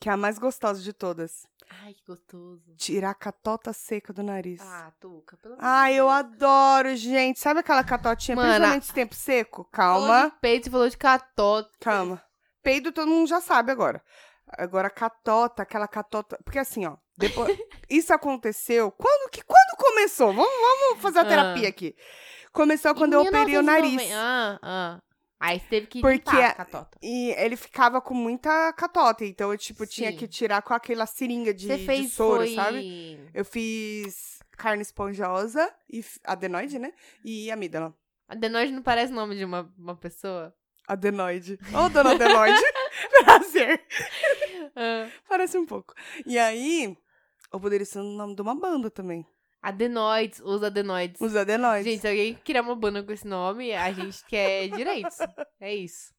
Que é a mais gostosa de todas.
Ai, que gostoso.
Tirar a catota seca do nariz. Ah,
Ah, Tuca, pelo
eu adoro, gente. Sabe aquela catotinha,
Mana,
principalmente esse tempo seco?
Falou
Calma,
de peito, você falou de catota.
calma. Peido todo mundo já sabe agora. Agora, catota, aquela catota... Porque assim, ó, depois... isso aconteceu... Quando que quando começou? Vamos, vamos fazer a
Ah.
terapia aqui. Começou quando
Em
eu operei o
1990
nariz.
Ah, ah. Aí você teve que
Porque é
limpar
a-
a catota.
E ele ficava com muita catota, então eu, tipo, tinha
Sim.
que tirar com aquela seringa de,
você
de
fez
soro,
foi...
sabe? Eu fiz carne esponjosa e f- adenoide, né? E amígdala.
Adenoide não parece nome de uma, uma pessoa?
Adenoide. Ô, dona Adenoide. Prazer.
Ah.
Parece um pouco. E aí, eu poderia ser o nome de uma banda também.
Adenoides, os adenoides.
Os adenoides.
Gente, se alguém criar uma banda com esse nome, a gente quer direitos. É isso.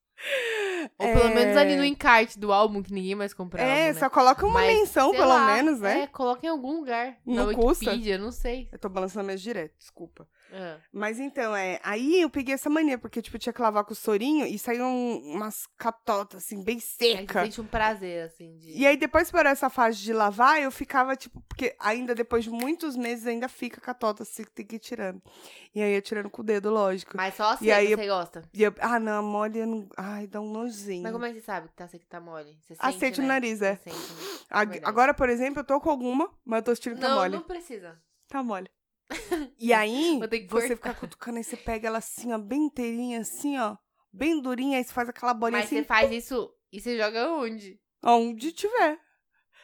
Ou pelo
É.
menos ali no encarte do álbum que ninguém mais comprava.
é,
né?
só coloca uma
Mas,
menção,
Sei
pelo
lá,
menos, né?
É, coloca em algum lugar.
Não
na
custa.
Wikipedia, não sei.
Eu tô balançando minhas direto, desculpa.
Ah,
Mas então, é. Aí eu peguei essa mania, porque, tipo, eu tinha que lavar com o sorinho e saiu um- umas catotas, assim, bem
aí você
seca.
sente um prazer, assim. De...
E aí, depois por essa fase de lavar, eu ficava, tipo, porque ainda depois de muitos meses ainda fica catota, você tem que ir tirando. E aí eu tirando com o dedo, lógico.
Mas só assim
E aí-
você gosta.
E eu, ah, não, mole, eu não- ai, dá um
Mas
nozinho.
como é que você sabe que tá seco e tá mole? Você sente,
Aceite
né?
o nariz, é.
Você sente, né?
Ag-
verdade.
Agora, por exemplo, eu tô com alguma, mas eu tô tirando tá
não,
mole.
não precisa.
Tá mole. E aí,
Vou ter que
você
cortar.
fica cutucando, aí você pega ela assim, ó, bem inteirinha, assim, ó. Bem durinha, aí você faz aquela bolinha
Mas você
assim,
faz isso e você joga onde?
onde tiver.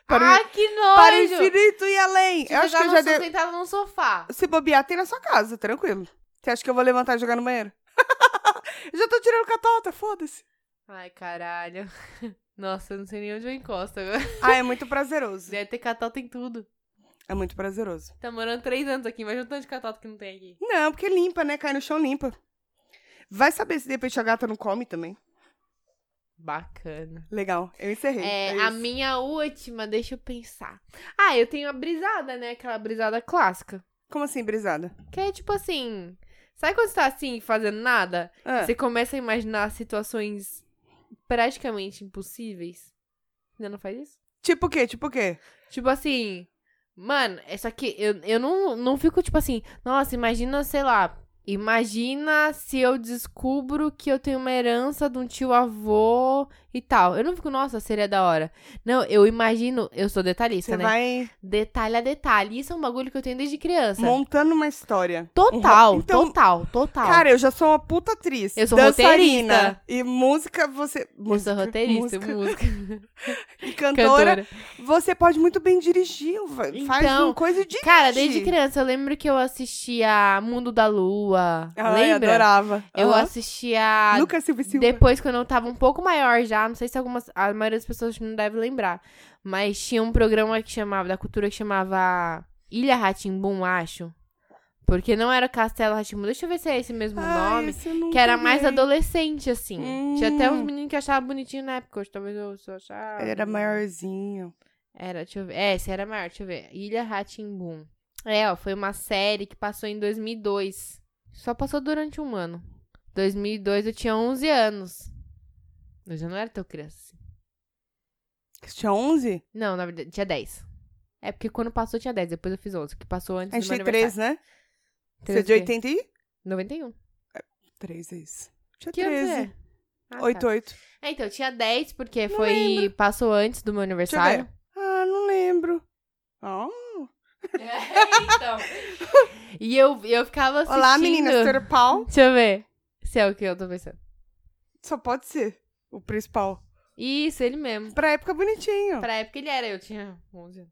Para, o-
ah, que nojo!
para o infinito e além.
Você
eu acho que eu
jogava
já
só
dei...
sentado num sofá.
Se bobear, tem na sua casa, tranquilo. Você acha que eu vou levantar e jogar no banheiro? Já tô tirando catota, foda-se.
Ai, caralho. Nossa, eu não sei nem onde eu encosto agora.
Ah, é muito prazeroso.
Deve ter catota em tudo.
É muito prazeroso.
Tá morando três anos aqui, imagina o tanto de catota que não tem aqui.
Não, porque limpa, né? Cai no chão, limpa. Vai saber se de repente a gata não come também.
Bacana.
Legal, eu encerrei.
É,
isso.
a minha última, deixa eu pensar. Ah, eu tenho a brisada, né? Aquela brisada clássica.
Como assim, brisada?
Que é tipo assim. Sabe quando você tá assim, fazendo nada?
Ah,
Você começa a imaginar situações praticamente impossíveis? Ainda não faz isso?
Tipo o quê? Tipo o quê?
Tipo assim, mano, é só que eu, eu não, não fico tipo assim, nossa, imagina, sei lá, imagina se eu descubro que eu tenho uma herança de um tio avô e tal. Eu não fico, nossa, seria da hora. Não, eu imagino, eu sou detalhista,
Você
né?
vai
Detalhe a detalhe. Isso é um bagulho que eu tenho desde criança.
montando uma história.
Total,
Um ro- Então,
total, total.
Cara, eu já sou uma puta atriz.
Eu sou
dançarina. E música, você.
eu
Música,
sou roteirista,
música,
música,
e cantora.
cantora.
Você pode muito bem dirigir, vai- faz
Então,
uma coisa de
Cara, desde criança eu lembro que eu assistia Mundo da Lua.
Ai,
lembra?
adorava.
Eu
Aham.
assistia
Lucas Silva e Silva.
Depois, quando eu tava um pouco maior já, não sei se algumas. A maioria das pessoas não deve lembrar. Mas tinha um programa que chamava, da cultura que chamava Ilha Ratimbum, acho. Porque não era Castelo Ratimbum. Deixa eu ver se é esse mesmo
Ai,
nome.
esse eu nunca
Que era mais
vi.
adolescente, assim.
Hum.
Tinha até uns meninos que achavam bonitinho na época. hoje Talvez eu só achava.
Ele era maiorzinho.
Era, deixa eu ver. É, esse era maior, deixa eu ver. Ilha Ratimbum. É, ó, foi uma série que passou em 2002. Só passou durante um ano. 2002 eu tinha 11 anos. Eu já não era tão criança. assim.
Você tinha 11?
Não, na verdade, tinha 10. É porque quando passou eu tinha 10, depois eu fiz 11, que passou antes
A gente
do meu
tem 3, né? Você é
aniversário.
de
Treze o quê?
80 e?
91.
3, é isso. Tinha
Que ano você
13.
é? Ah,
8,
tá.
8.
É, então, eu tinha 10 porque
Não
foi
lembro.
passou antes do meu
Deixa eu ver.
aniversário.
Ah, não lembro. Ah,
então. E eu, eu ficava assistindo.
Olá, meninas. Ter pau?
Deixa eu ver. Se é o que eu tô pensando.
Só pode ser o principal.
Isso, ele mesmo.
Pra época, bonitinho.
Pra época ele era, eu tinha 11 anos.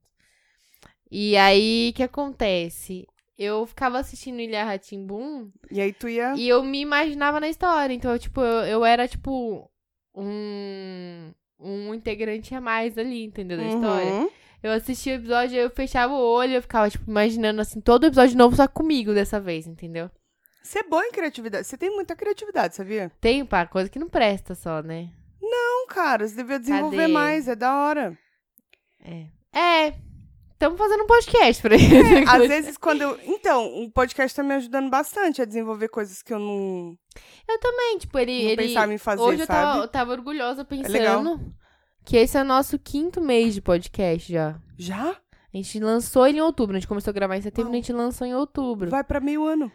E aí, o que acontece? eu ficava assistindo Ilha Ratimbum
E aí tu ia.
e eu me imaginava na história. Então, eu, tipo, eu, eu era, tipo, um, um integrante a mais ali, entendeu? Da história.
Uhum.
Eu assistia o episódio, eu fechava o olho, eu ficava, tipo, imaginando, assim, todo episódio novo só comigo dessa vez, entendeu?
Você é boa em criatividade. Você tem muita criatividade, sabia?
Tem, pá, coisa que não presta só, né?
Não, cara, você devia desenvolver
Cadê?
mais, é da hora.
É, estamos fazendo um podcast pra isso.
Às vezes, quando eu. Então, o podcast tá me ajudando bastante a desenvolver coisas que eu não,
Eu também, tipo, ele...
não
ele...
pensava em fazer,
Hoje eu
sabe? É
tava, eu tava orgulhosa
legal.
pensando que esse é o nosso quinto mês de podcast já.
Já?
A gente lançou ele em outubro, a gente começou a gravar em setembro,
Uau.
a gente lançou em outubro.
Vai pra meio ano.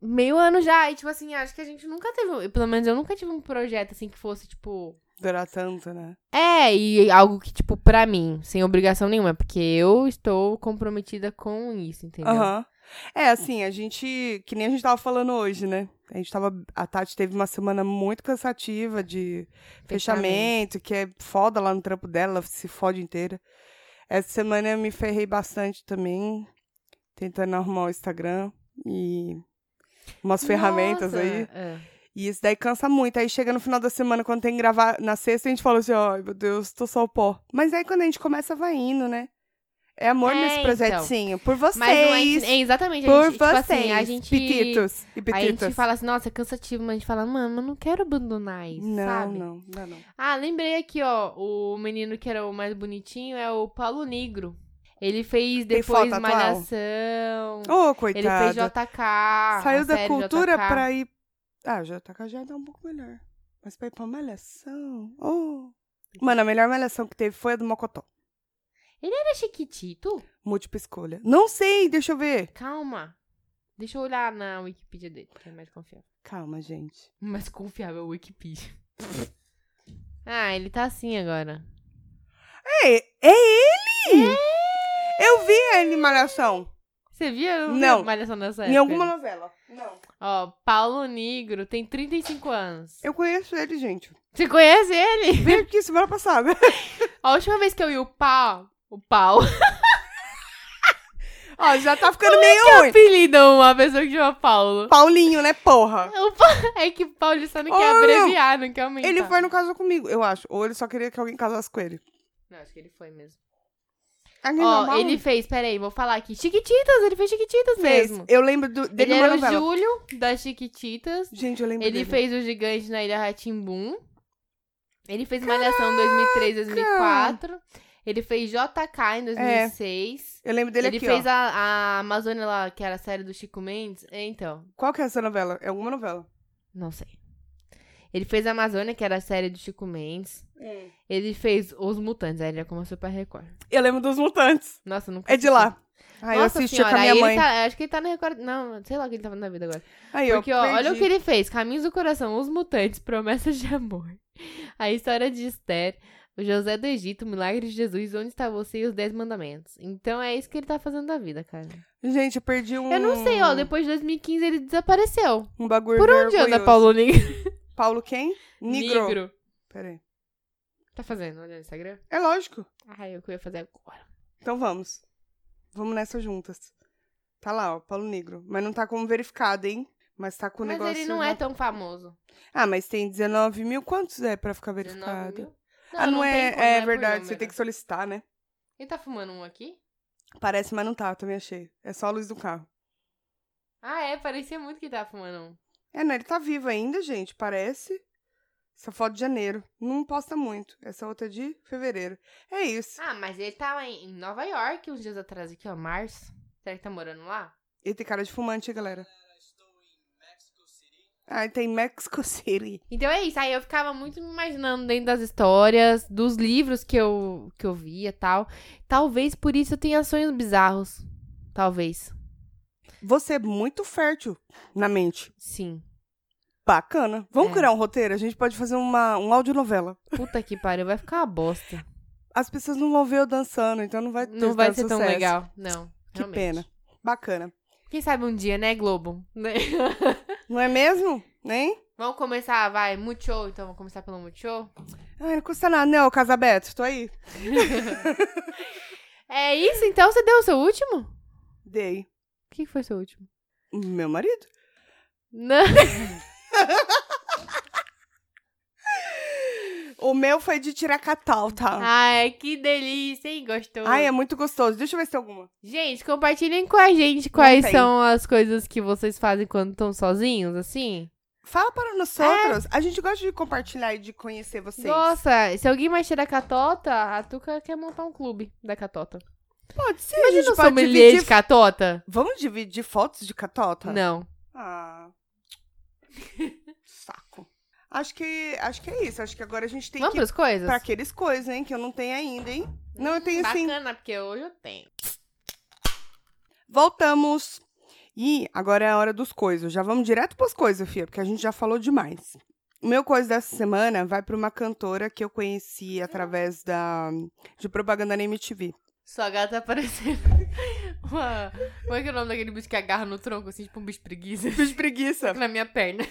Meio ano já, e tipo assim, acho que a gente nunca teve, pelo menos eu nunca tive um projeto assim que fosse, tipo...
Durar tanto, né?
É, e algo que, tipo, pra mim, sem obrigação nenhuma, porque eu estou comprometida com isso, entendeu?
Aham. É, assim, a gente. Que nem a gente tava falando hoje, né? A gente tava. A Tati teve uma semana muito cansativa de fechamento, que é foda lá no trampo dela, ela se fode inteira. Essa semana eu me ferrei bastante também, tentando arrumar o Instagram e umas ferramentas
Nossa,
aí.
é.
E isso daí cansa muito. Aí chega no final da semana, quando tem que gravar na sexta, a gente fala assim, ó, meu Deus, tô só o pó. Mas aí quando a gente começa, vai indo, né? É amor
É,
nesse
então.
projetinho. Por vocês.
Mas não é, é exatamente, a
por
gente, tipo
vocês.
assim, a gente...
Petitos e
Aí a
petitas.
gente fala assim, nossa, é cansativo, mas a gente fala, mano, eu não quero abandonar isso,
não,
sabe?
não, não, não.
Ah, lembrei aqui, ó, o menino que era o mais bonitinho é o Paulo Negro. Ele fez
Tem
depois
foto atual?
Malhação,
Ô,
ele
coitado.
fez JK,
Saiu
Ah, a
da
série
cultura
JK.
pra ir. Ah, o JK já dá um pouco melhor. Mas pra ir pra malhação. Oh. Mano, a melhor malhação que teve foi a do Mocotó.
Era Chiquitito?
Múltipla escolha. Não sei, deixa eu ver.
Calma. Deixa eu olhar na Wikipedia dele, que é mais confiável.
Calma, gente.
Mais confiável é o Wikipedia. ah, ele tá assim agora.
É, é ele!
É!
Eu vi ele em malhação.
Você viu? Eu vi
Não.
Malhação nessa
Em
época.
alguma novela. Não.
Ó, Paulo Negro tem 35 anos.
Eu conheço ele, gente.
Você conhece ele?
Veio aqui semana passada.
A última vez que eu vi o pau. O pau.
Ó, já tá ficando meio ruim.
Apelidam uma pessoa que chama Paulo.
Paulinho, né, porra?
O pa- É que Paulista não quer
Ô, meu.
abreviar, não quer aumentar.
Ele foi no caso comigo, eu acho. Ou ele só queria que alguém casasse com ele.
Não, acho que ele foi mesmo.
Alguém
Ó,
é normal?
ele fez, peraí, vou falar aqui. Chiquititas, ele fez Chiquititas
fez.
mesmo.
Eu lembro do- dele
Ele
numa
era o
novela.
Júlio das Chiquititas.
Gente, eu lembro
Ele
dele.
fez o Gigante na Ilha Ratimbum. Ele fez Malhação em 2003, 2004. Ele fez JK em 2006.
Eu lembro dele
ele
é aqui,
fez
ó.
a, a Amazônia lá, que era a série do Chico Mendes. É, Então,
Qual que é essa novela? É alguma novela.
não sei. Ele fez a Amazônia, que era a série do Chico Mendes. Ele fez Os Mutantes, aí ele já começou pra Record.
Eu lembro dos Mutantes.
Nossa, nunca
É de
assisti.
lá. Aí eu
Nossa
assistia
senhora,
com a minha
aí ele
mãe.
tá- acho que ele tá na Record. Não, sei lá o que ele tava na vida agora.
Aí
Porque,
eu
ó, olha o
perdi.
que ele fez: Caminhos do Coração, Os Mutantes, Promessas de Amor. A história de Esther, o José do Egito, Milagre de Jesus, Onde está você e os Dez Mandamentos. Então é isso que ele tá fazendo da vida, cara.
Gente, eu perdi um...
Eu não sei, ó, depois de 2015 ele desapareceu.
Um bagulho
Por onde anda
vergonhoso.
Paulo Negro?
Paulo quem? Negro.
Negro.
Peraí.
Tá fazendo? Olha no Instagram.
É lógico.
Ai, eu que eu ia fazer agora.
Então vamos. Vamos nessa juntas. Tá lá, ó, Paulo Negro. Mas não tá como verificado, hein? Mas tá com o
Mas
negócio...
ele não é tão famoso.
Ah, mas tem 19 mil. Quantos é pra ficar
19
verificado?
mil?
ah, não, é...
tem como,
é
por
verdade. Você
número.
tem que solicitar, né?
Ele tá fumando um aqui?
Parece, mas não tá. Eu também achei. É só a luz do carro.
Ah, é, parecia muito que tá fumando um.
É, não, ele tá vivo ainda, gente, parece. Essa foto de janeiro. Não posta muito. Essa outra é de fevereiro. É isso.
Ah, mas ele tava em em Nova York uns dias atrás aqui, ó, março. Será que tá morando lá?
Ele tem cara de fumante, galera. Ah, ele tem Mexico City.
Então é isso, aí eu ficava muito me imaginando dentro das histórias, dos livros que eu, que eu via e tal. Talvez por isso eu tenha sonhos bizarros. Talvez.
Você é muito fértil na mente.
Sim.
Bacana. Vamos
É.
criar um roteiro? A gente pode fazer uma, um audionovela.
Puta que pariu, vai ficar uma bosta.
As pessoas não vão ver eu dançando, então não vai ter
Não vai
tanto
ser tão
sucesso.
legal. Não.
Que
realmente.
pena. Bacana.
Quem sabe um dia, né, Globo? Né?
Não é mesmo? Nem?
Vamos começar, vai, Multishow, então vamos começar pelo Multishow.
Ai, não custa nada, né, ô Casabeto? Tô aí.
É isso, então você deu o seu último?
Dei.
O que que foi seu último?
Meu marido? Né?
Não.
O meu foi de Tiracatal, tá?
Ai, que delícia, hein? Gostou?
Ai, é muito gostoso. Deixa eu ver se tem alguma.
Gente, compartilhem com a gente quais
tem.
são as coisas que vocês fazem quando estão sozinhos, assim.
Fala para nós outros. A gente gosta de compartilhar e de conhecer vocês.
Nossa, se alguém mais tirar catota, a Tuca quer montar um clube da catota.
Pode ser, a
Imagina
gente
um
pode
sommelier
dividir. Tá.
de catota?
Vamos dividir fotos de catota?
Não.
Ah. Saco. Acho que, acho que é isso. Acho que agora a gente tem
Vamos
que ir
pras coisas?
pra assim, aqueles coisas, hein? Que eu não tenho ainda, hein? Não, eu tenho sim.
Bacana, porque hoje eu tenho.
Voltamos. E agora é a hora dos coisas. Já vamos direto pras coisas, Fia, porque a gente já falou demais. O meu coisa dessa semana vai pra uma cantora que eu conheci
Hum.
através da de propaganda na MTV.
Sua gata aparecendo. Uma... Como é que é o nome daquele bicho que agarra no tronco, assim, tipo um bicho preguiça?
Fiz preguiça.
Na minha perna.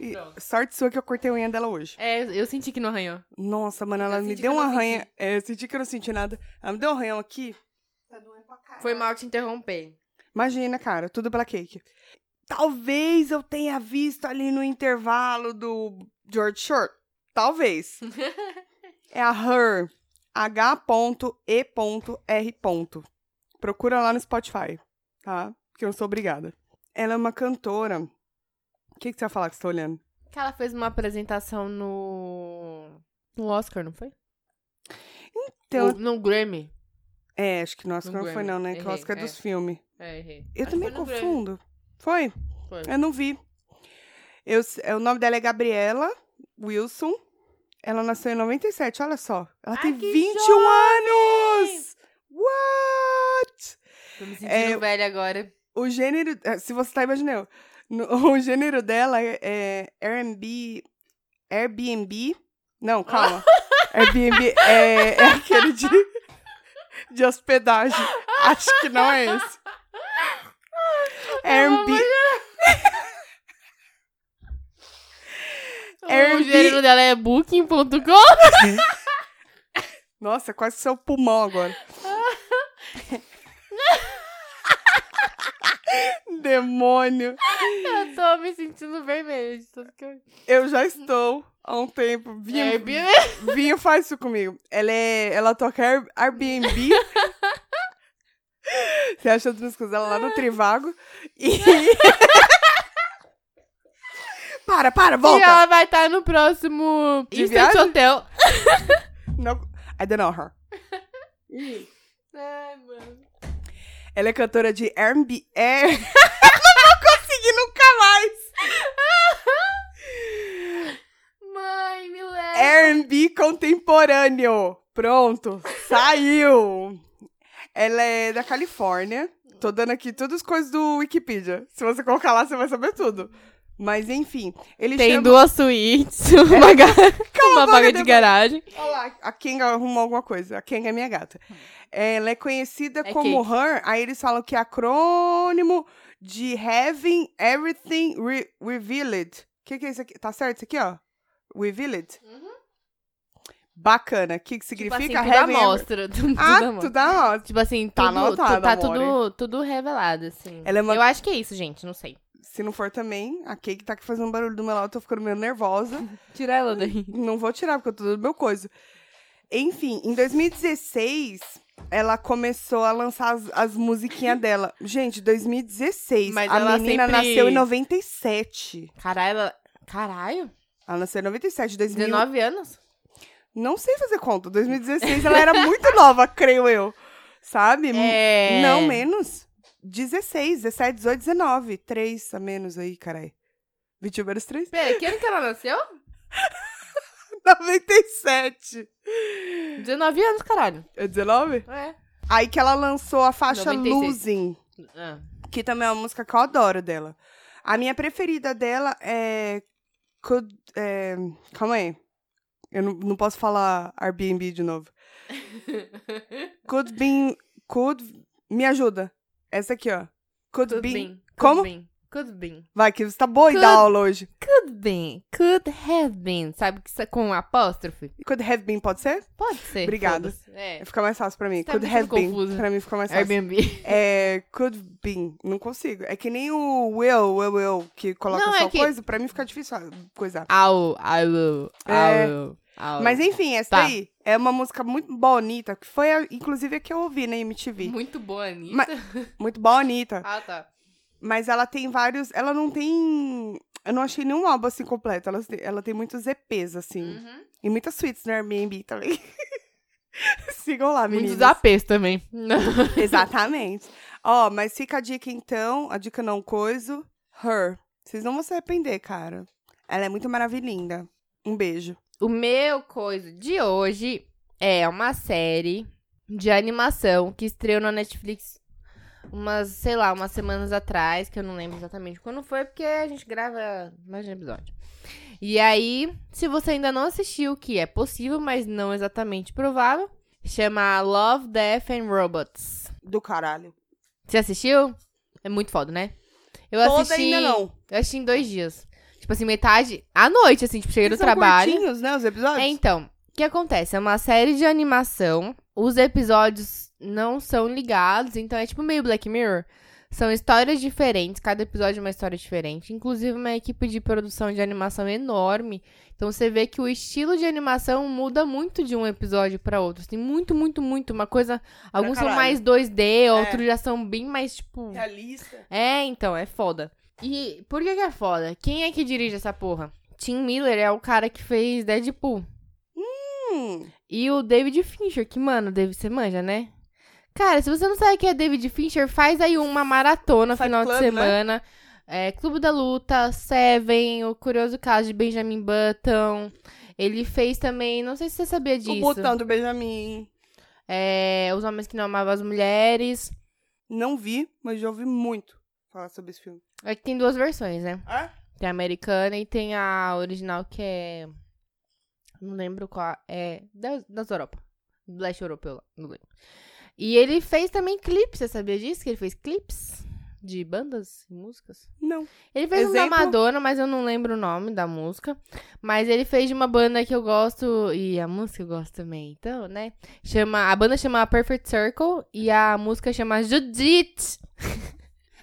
E
Pronto.
sorte sua que eu cortei a unha dela hoje.
É, eu senti que não arranhou.
Nossa, mano, ela
Eu
me
senti
deu
que
um
eu não
arranha. É, eu senti que eu não senti nada. Ela me deu um arranhão aqui. Tá doendo pra caralho.
Foi mal te interromper.
Imagina, cara, tudo pela cake. Talvez eu tenha visto ali no intervalo do George Short. Talvez. é a Her. H.E.R. Procura lá no Spotify, tá? Porque eu não sou obrigada. Ela é uma cantora. O que, que você vai falar que você tá olhando?
Que ela fez uma apresentação no. No Oscar, não foi?
Então,
No, no Grammy.
é, acho que no Oscar
No
não foi,
Grammy.
não, né? Que o
Errei,
Oscar é
é.
dos filmes.
É, errei.
Eu
Acho que
também
foi no Grammy.
confundo. Foi?
Foi.
Eu não vi. Eu, s- é, o nome dela é Gabriela Wilson. Ela nasceu em 97, olha só. Ela
Ai,
tem
que
21 anos! What?
Tô me sentindo
É,
velha agora.
O gênero. eh, Se você tá imaginando, no- o gênero dela é, é Airbnb. Airbnb. Não, calma. Airbnb é, é aquele de, de hospedagem. Acho que não é esse. Airbnb.
O
Airbnb-
gênero dela é booking.com.
Nossa, quase seu pulmão agora. Demônio.
Eu tô me sentindo vermelha de tudo que eu. É,
Eu já estou há um tempo. Vinho,
Airbnb.
vinho faz isso comigo. Ela, é, ela toca Air- Airbnb. Você acha outras coisas? Ela lá no Trivago. E... para, para,
E
volta.
ela vai estar no próximo
De
Instant
viagem?
Hotel.
Não, I don't know her.
Ai, mano.
Ela é cantora de R&B. É... Não consegui nunca mais.
Mãe, me leva.
R&B contemporâneo. Pronto, saiu. Ela é da Califórnia. Tô dando aqui todas as coisas do Wikipedia. Se você colocar lá, você vai saber tudo. Mas enfim, ele
Tem
chama...
duas suítes, uma, ga- uma
boca,
vaga de
demônio.
garagem.
Olha lá, a Kenga arrumou alguma coisa. A Kenga é minha gata. Ela é conhecida
Hum. É
como Her. Aí eles falam que é acrônimo de Having Everything Re- Revealed. O que, que é isso aqui? Tá certo isso aqui, ó? Revealed? Bacana. O que, que significa
Uhum. tipo assim, tudo
Having Every-
amostra. Tudo,
Ah,
tudo amostra.
tudo da hora.
Tipo assim,
Tá
tudo,
anotado,
tu- tá
amore.
tudo, tudo revelado, assim.
Ela é uma-
Eu acho que é isso, gente, não sei.
Se não for também, a Cake tá aqui fazendo barulho do meu lado, eu tô ficando meio nervosa.
Tira ela daí.
Não vou tirar, porque eu tô do meu coisa. Enfim, em 2016, ela começou a lançar as, as musiquinhas dela. Gente, 2016.
Mas
a
ela
menina
sempre-
nasceu em 97.
Caralho, ela... Caralho?
Ela nasceu em 97, 2000.
19 anos?
Não sei fazer conta. 2016 ela era muito nova, creio eu. Sabe?
É...
Não menos. 16, 17, 18, 19. 3 a menos aí, carai. 21 menos 3.
Pera, que ano que ela nasceu?
97.
19 anos, caralho.
É 19?
É.
Aí que ela lançou a faixa
96.
Losing,
Ah.
que também é uma música que eu adoro dela. A minha preferida dela é. Could- é, calma aí. Eu não, não posso falar Airbnb de novo. Could be. Could. Me ajuda. Essa aqui, ó. Could,
Tudo
be.
bem.
Como?
Tudo bem. Could been.
Vai, que você tá boa e
Could-
dá aula hoje.
Could been. Could have been. Sabe que isso é com apóstrofe?
Could have been, pode ser?
Pode ser.
Obrigada.
foda-se. É.
Fica mais fácil pra mim.
Você tá
could
me
have
deixando
been.
confusa.
Pra mim fica mais fácil.
Airbnb.
É, could been. Não consigo. É que nem o will, will, will, que coloca
Não, é
só
que-
coisa. Pra mim fica difícil ah, coisar.
Au, au,
É.
au, au.
Mas enfim, essa
Tá.
daí é uma música muito bonita, que foi a- inclusive a que eu ouvi na MTV.
Muito boa, Anitta.
Mas- Muito bonita.
Ah, tá.
Mas ela tem vários. Ela não tem. Eu não achei nenhum álbum assim completo. Ela, ela tem muitos EPs, assim.
Uhum.
E muitas suítes no Airbnb também. Sigam lá,
Muitos
meninas.
apes também.
Exatamente. Ó, mas fica a dica então, a dica não coiso, her. Vocês não vão se arrepender, cara. Ela é muito maravilhinda. Um beijo.
o meu coisa de hoje é uma série de animação que estreou na Netflix umas, sei lá, umas semanas atrás, que eu não lembro exatamente quando foi, porque a gente grava mais de um episódio. E aí, se você ainda não assistiu, que é possível, mas não exatamente provável, chama Love, Death and Robots.
Do caralho.
Você assistiu? É muito foda, né? Eu
Toda
assisti.
ainda não.
Eu assisti em dois dias. Tipo assim, metade à noite, assim, tipo, cheguei do
Eles são
trabalho.
curtinhos, né, os episódios?
É, então, o que acontece? É uma série de animação. Os episódios não são ligados, então é tipo meio Black Mirror. São histórias diferentes, cada episódio é uma história diferente. Inclusive, uma equipe de produção de animação enorme. Então, você vê que o estilo de animação muda muito de um episódio pra outro. Tem muito, muito, muito. Uma coisa. Alguns são
caralho.
mais 2D, outros já são bem mais, tipo.
Realista.
É, então, é foda. E por que que é foda? Quem é que dirige essa porra? Tim Miller é o cara que fez Deadpool.
Hum,
E o David Fincher, que, mano, David, você manja, né? Cara, se você não sabe quem é David Fincher, faz aí uma maratona
Fight
final de
Club, né?
semana. É, Clube da Luta, Seven, o curioso caso de Benjamin Button. Ele fez também, não sei se você sabia disso.
o botão do Benjamin.
É, Os Homens que Não Amavam as Mulheres.
Não vi, mas já ouvi muito falar sobre esse filme.
É que tem duas versões, né?
É?
Tem a americana e tem a original que é. Não lembro qual. É. Da, das Europa. Do leste europeu lá. Não lembro. E ele fez também clipes, você sabia disso? Que ele fez clipes de bandas e músicas?
Não.
Ele fez um da
Exemplo?
Madonna, mas eu não lembro o nome da música. Mas ele fez de uma banda que eu gosto. E a música eu gosto também, então, né? Chama, a banda chama Perfect Circle e a música chama Judith.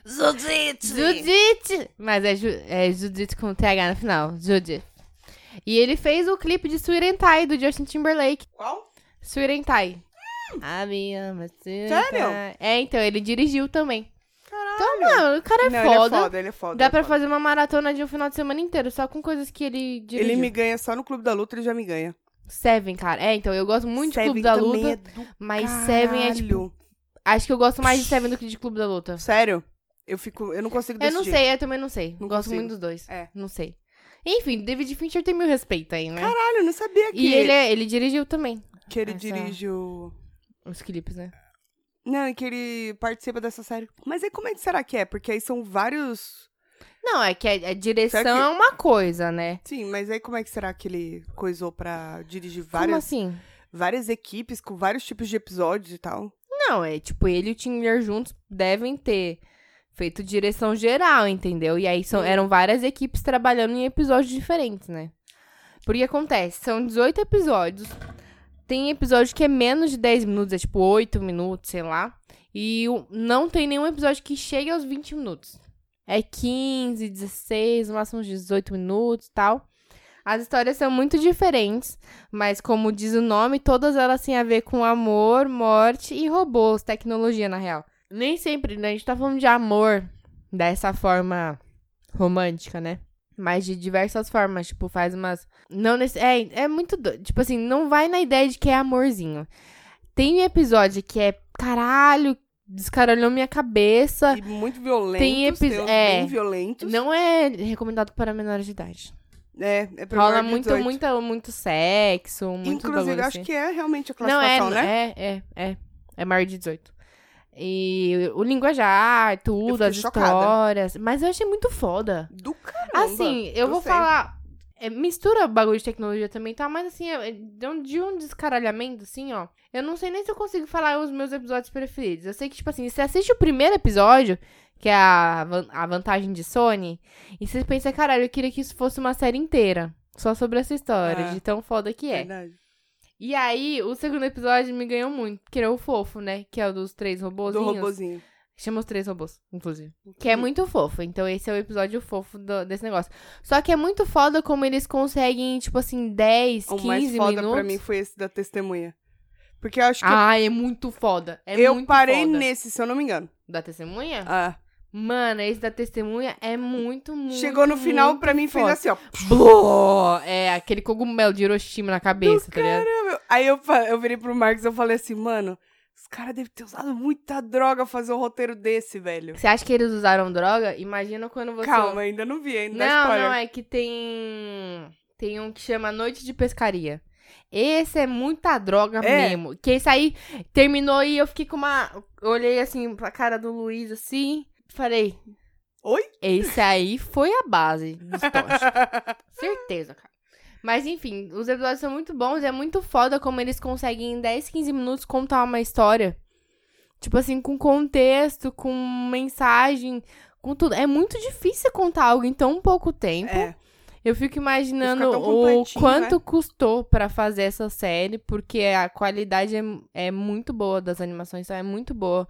Judite!
Judith! Mas é, Ju, é Judith com TH no final. Judith. E ele fez o clipe de Sweet and Tie, do Justin Timberlake.
Qual?
Sweet and Tie. Ah, minha, mas...
Hum. Sério?
É, então, ele dirigiu também.
Caralho.
Então, mano, o cara é,
Não,
foda.
ele é foda, ele é foda.
Dá
ele é
pra
foda.
fazer uma maratona de um final de semana inteiro, só com coisas que ele dirigiu.
Ele me ganha só no Clube da Luta, ele já me ganha.
Seven, cara. É, então, eu gosto muito
Seven
de Clube da
também
Luta,
é do
mas Seven é, tipo...
caralho.
Acho que eu gosto mais de Seven do que de Clube da Luta.
Sério? Eu fico. Eu não consigo
Eu
decidir.
não sei, eu também não sei.
Não
Gosto
consigo.
muito dos dois.
É.
Não sei. Enfim, David Fincher tem meu respeito aí, né?
Caralho, eu não sabia que,
e ele, é- ele dirigiu também
que ele
essa-
dirige o.
os clipes, né?
Não, e que ele participa dessa série. Mas aí como é que será que é? Porque aí são vários.
Não, é que a, a direção
Será que-
é uma coisa, né?
Sim, mas aí como é que será que ele coisou pra dirigir
Como
várias,
assim?
várias equipes com vários tipos de episódios e tal?
Não, é tipo, ele e o Tim Miller juntos devem ter feito direção geral, entendeu? E aí são, eram várias equipes trabalhando em episódios diferentes, né? Porque acontece, são 18 episódios. Tem episódio que é menos de 10 minutos, é tipo 8 minutos, sei lá. E o- não tem nenhum episódio que chegue aos 20 minutos. É 15, 16, no máximo uns 18 minutos e tal. As histórias são muito diferentes, mas como diz o nome, todas elas têm a ver com amor, morte e robôs, tecnologia na real. Nem sempre, né? A gente tá falando de amor dessa forma romântica, né? Mas de diversas formas, tipo, faz umas. Não nesse... é, é muito doido. Tipo assim, não vai na ideia de que é amorzinho. Tem episódio que é caralho, descaralhou minha cabeça.
E muito violento.
Ah, Tem epi- é.
bem violentos.
Não é recomendado para menores de idade.
É, é pra
Rola
maior de
muito,
18.
muito, muito sexo, muito
Inclusive,
bagulho
eu
assim.
acho que é realmente a
Não, é,
classificação, né?
é, é, é. É maior de 18. E o linguajar,
Eu
tudo,
fiquei
as
chocada.
histórias. Mas eu achei muito foda.
Do caramba.
é. assim, eu vou
sei.
falar. é, mistura bagulho de tecnologia também, tá? Mas assim, é, é de um- de um descaralhamento, assim, ó. Eu não sei nem se eu consigo falar os meus episódios preferidos. Eu sei que, tipo assim, você assiste o primeiro episódio, que é a, van- a vantagem de Sony. E você pensa, caralho, eu queria que isso fosse uma série inteira. Só sobre essa história,
Ah.
de tão foda que é.
Verdade.
E aí, o segundo episódio me ganhou muito, que é o fofo, né? Que é o dos três
Do
robôzinhos.
robozinho.
Chama os três robôs, inclusive. Que
Uhum.
é muito fofo. Então, esse é o episódio fofo do- desse negócio. Só que é muito foda como eles conseguem, tipo assim, 10,
O
15
mais foda
minutos.
pra mim foi esse da testemunha. Porque eu acho que
Ah, é muito foda. É
eu
muito
parei
foda.
nesse, se eu não me engano.
Da testemunha?
Ah,
Mano, esse da testemunha é muito, muito.
chegou no final,
muito
pra mim fez
foda.
assim, ó.
Blô! É, aquele cogumelo de Hiroshima na cabeça, tá ligado?
Aí eu, fa- eu virei pro Marcos e eu falei assim, mano, os caras devem ter usado muita droga pra fazer um roteiro desse, velho.
Você acha que eles usaram droga? Imagina quando você.
Calma, ainda não vi, ainda dá
Não,
spoiler.
não, é que tem. Tem um que chama Noite de Pescaria. Esse é muita droga
É.
mesmo. Que esse aí terminou e eu fiquei com uma. eu Olhei assim pra cara do Luiz assim. Falei.
Oi?
Esse aí foi a base dos tóxicos. Certeza, cara. Mas enfim, os episódios são muito bons. É muito foda como eles conseguem em 10, 15 minutos contar uma história. Tipo assim, com contexto, com mensagem, com tudo. É muito difícil contar algo em tão pouco tempo.
É,
Eu fico imaginando
Fica tão
o
completinho, né?
quanto custou pra fazer essa série, porque a qualidade é, é muito boa das animações, então é muito boa.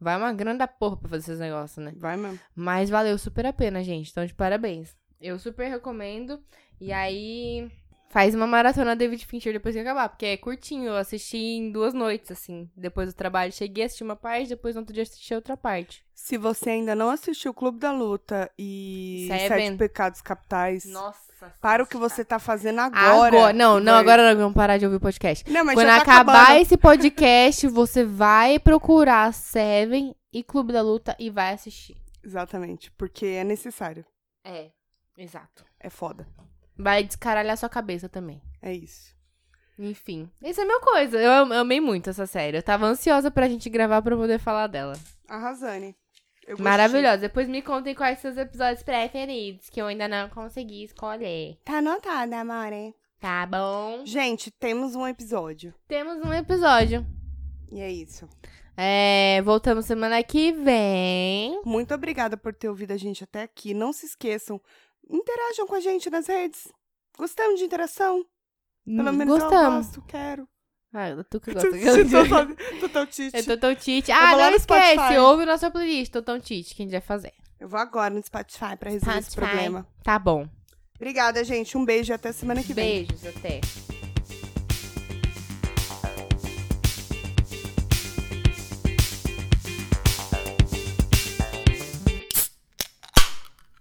Vai uma grande da porra pra fazer esses negócios, né?
vai mesmo.
Mas valeu super a pena, gente. Então, de parabéns. Eu super recomendo. E aí, faz uma maratona David Fincher depois que acabar, porque é curtinho. Eu assisti em duas noites, assim, depois do trabalho. Cheguei, assisti uma parte, depois no outro dia assisti outra parte.
Se você ainda não assistiu Clube da Luta e
Seven.
Sete Pecados Capitais,
Nossa.
para o que você tá fazendo agora.
Agora. Não, não,
vai-
agora não. Vamos parar de ouvir o podcast.
Não, mas
Quando
já tá
acabar
acabando.
esse podcast, você vai procurar Seven e Clube da Luta e vai assistir.
Exatamente, porque é necessário.
É, exato.
É foda.
Vai descaralhar sua cabeça também.
É isso.
Enfim, isso é a minha coisa. Eu am- amei muito essa série. Eu tava ansiosa pra gente gravar pra eu poder falar dela.
Arrasane. Eu gostei.
Maravilhosa. Depois me contem quais seus episódios preferidos, que eu ainda não consegui escolher.
Tá anotada, Amore.
Tá bom?
Gente, temos um episódio.
Temos um episódio.
E é isso.
É, voltamos semana que vem.
Muito obrigada por ter ouvido a gente até aqui. Não se esqueçam, interajam com a gente nas redes. Gostamos de interação? Pelo
Hum,
menos é
Gostamos.
eu gosto, quero.
Ah, tu que gosta.
Total- Total Tite.
É Totão Tite.
vou
Ah,
lá
não
no
esquece.
Spotify.
Ouve nossa playlist, Totão Tite, que a gente vai fazer.
Eu vou agora no Spotify pra resolver esse
Spotify.
problema.
Tá bom.
Obrigada, gente. Um beijo e até semana que vem.
Beijos, até.